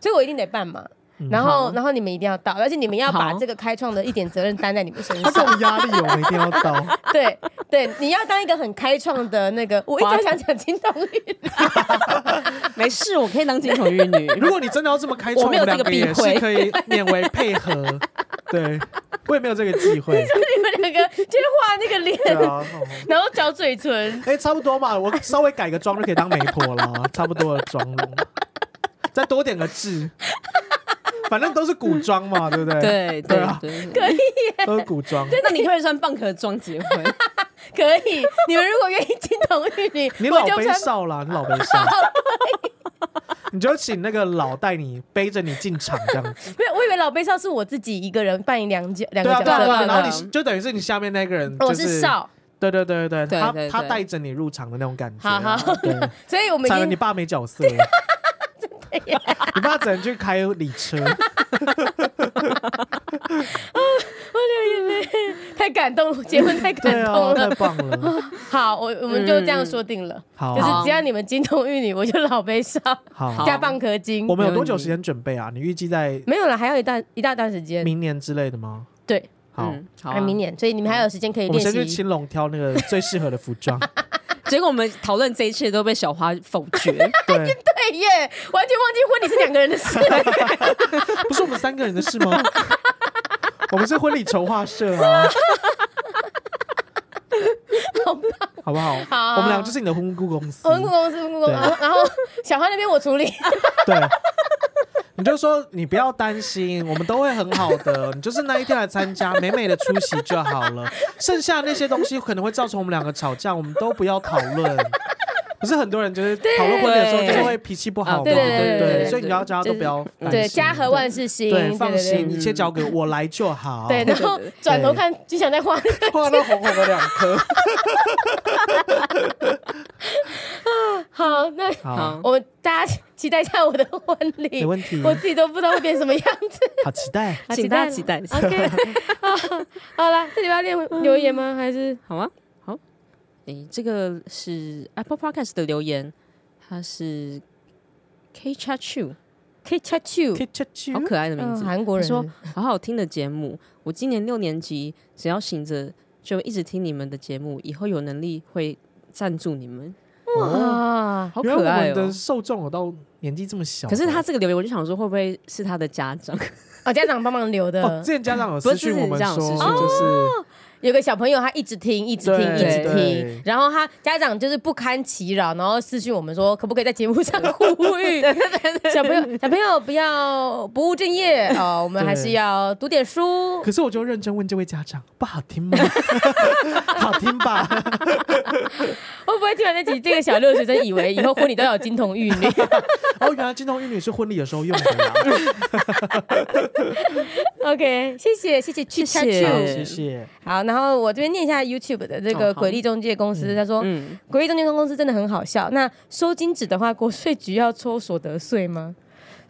所以我一定得办嘛。然后好然后你们一定要到，而且你们要把好这个开创的一点责任担在你们身他上。这种压力我们一定要到。 对对，你要当一个很开创的那个，我一直都想讲金童玉女，没事，我可以当金童玉女。 如果你真的要这么开创，我没有们两这个个也避讳是可以勉为配合。 对，我也没有这个机会。你们两个就是画那个脸，对啊，哦 然后嚼嘴唇，哎、差不多嘛，我稍微改个妆就可以当媒婆了，啊差不多的妆容，再多点个痣，反正都是古装嘛，对不 对？，对对啊对，都是 古装。那你可以算蚌壳妆结婚，可以。你们如果愿意金童玉女， 你我老就背穿少啦，你老背 少，你就请那个老带你背着你进场这样子。没有，我以为老悲少是我自己一个人扮演两角两对个啊，角对啊，色对啊，对嘛。啊然后你就等于是你下面那个人，我，就是少，对对对对，对他对他对带着你入场的那种感觉好啊。好对，所 以我们惨了，已你经爸没 角色，你爸只能去开礼 车。太感动 了，结婚太对感啊，动太了。棒了，好，我我们就这样说定了，好就是好只要你们金童玉女，我就老悲少嗯好好。加蚌壳金我。们有没多问久题时间准备啊？你预计在没有了，还有一大一大段时间，明年之类的吗？对，好，嗯好还啊有明年，所以你们还有时间可以我们练先去习。青龙挑那个最适合的服 装。结果我们讨论这一切都被小花否 决。对，对耶，完全忘记婚礼是两个人的事。不是我们三个人的事 吗？我们是婚礼筹划社啊。好不好？好我们俩就是你的婚顾公司我。们故宫是故宫，对然后然后小花那边我处理。对，你就说你不要担心，我们都会很好的。你就是那一天来参加，美美的出席就好了。剩下那些东西可能会造成我们两个吵架，我们都不要讨论。不是很多人就是讨论婚礼的时候，就是会脾气不好嘛，啊对对对对对对所以你要叫大家都不要担心对，家和万事兴，对对放对心，一切交给我来就好。 对，对然后对对对转头看就想在花画到红红的两颗。好，那 好，我们大家期待一下我的婚礼，没问题我自己都不知道会变什么样子，好期待。好请大家期待一下 OK，好好了，这里要念留言吗？还是好啊，好。诶，这个是 Apple Podcast 的留言，他是 K Chachu，可以 chat you？可以 check 好 you 可爱的名字。嗯韩国他人说好好听的节目，我今年六年级，只要醒着就一直听你们的节目，以后有能力会赞助你们，哦哇，好原可来爱我们哦的。受众有到年纪这么小，可是他这个留言，我就想说，会不会是他的家长？哦，家长帮忙留哦，的之，前家长有私讯我们说，不是就是有个小朋友他一直听，一直听，对一直听对，然后他家长就是不堪其扰，然后私讯我们说，可不可以在节目上呼吁小朋友小朋友不要不务正业哦，我们还是对要读点书可。是我就认真问这位家长，不好听 吗？好听吧？ 会不会听完这集，这个小六学生以为以后婚礼都要有金童玉女？哦，原来金童玉女是婚礼的时候用的 呀。 OK，谢谢谢谢去谢 c 对好，谢谢谢。好，然后我这边念一下 YouTube 的这个哦好鬼力中介公司，他说、嗯，鬼力中介公司真的很好笑。那收金纸的话，国税局要抽所得税吗？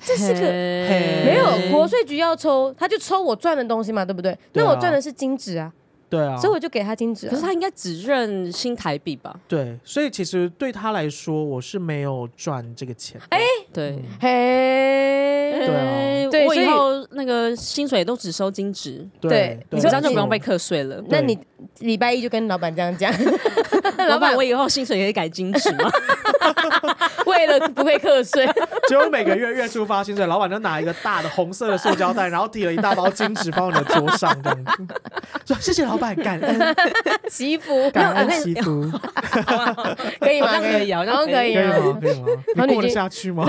这是个。嘿没有，国税局要抽，他就抽我赚的东西嘛，对不对？对啊那我赚的是金纸啊，对啊，所以我就给他金纸、啊。可是他应该只认新台币吧？对，所以其实对他来说，我是没有赚这个钱。哎，对。嘿，对哎对我所以以后那个薪水都只收金值，对你说这样就不用你被课税了。那你礼拜一就跟老板这样讲， 老板板，我以后薪水可以改金值 吗？为了不被课税， 只有每个月月初发薪水，老板就拿一个大的红色的塑胶袋，然后提了一大包金纸放到你的桌上，这样子说谢谢老板，感恩媳妇感没有恩那祈福，啊可以吗？好像可以好像好像可可可以以啊。吗？可以吗？然后你你过得已经下去吗？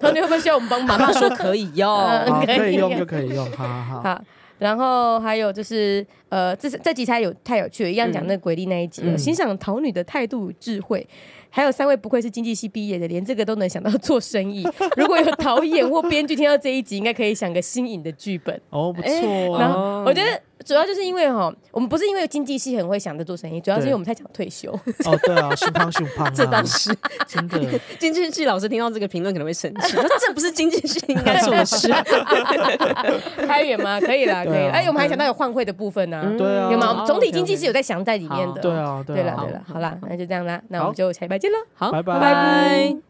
那你会不会需要我们帮妈忙？妈说可 以哟。好，可可以以用啊就可以用，好好好。好，然后还有就是，呃，这是这集太有太有趣了，一样讲那个鬼力那一集了，嗯欣赏桃女的态度与智慧。还有三位不愧是经济系毕业的，连这个都能想到做生意。 如果有导演或编剧听到这一集，应该可以想个新颖的剧本。哦，不哎错然哦。后我觉得主要就是因为哈，我们不是因为经济系很会想着做生意，主要是因为对我们太想退休。 哦，对啊，胸胖胸胖啊，这倒是，真的。经济系老师听到这个评论可能会生气，说这不是经济系应该做的事。啊开源 吗？可以啦，可以对啦。啊哎，我们还想到有换汇的部分呢， 对啊有吗？我们总体哦，OK，OK 经济是有在想在里面的。好对啊，对啦，啊对，啦，好啦，那就这样啦，那我们好就下礼拜见喽。好，拜拜拜。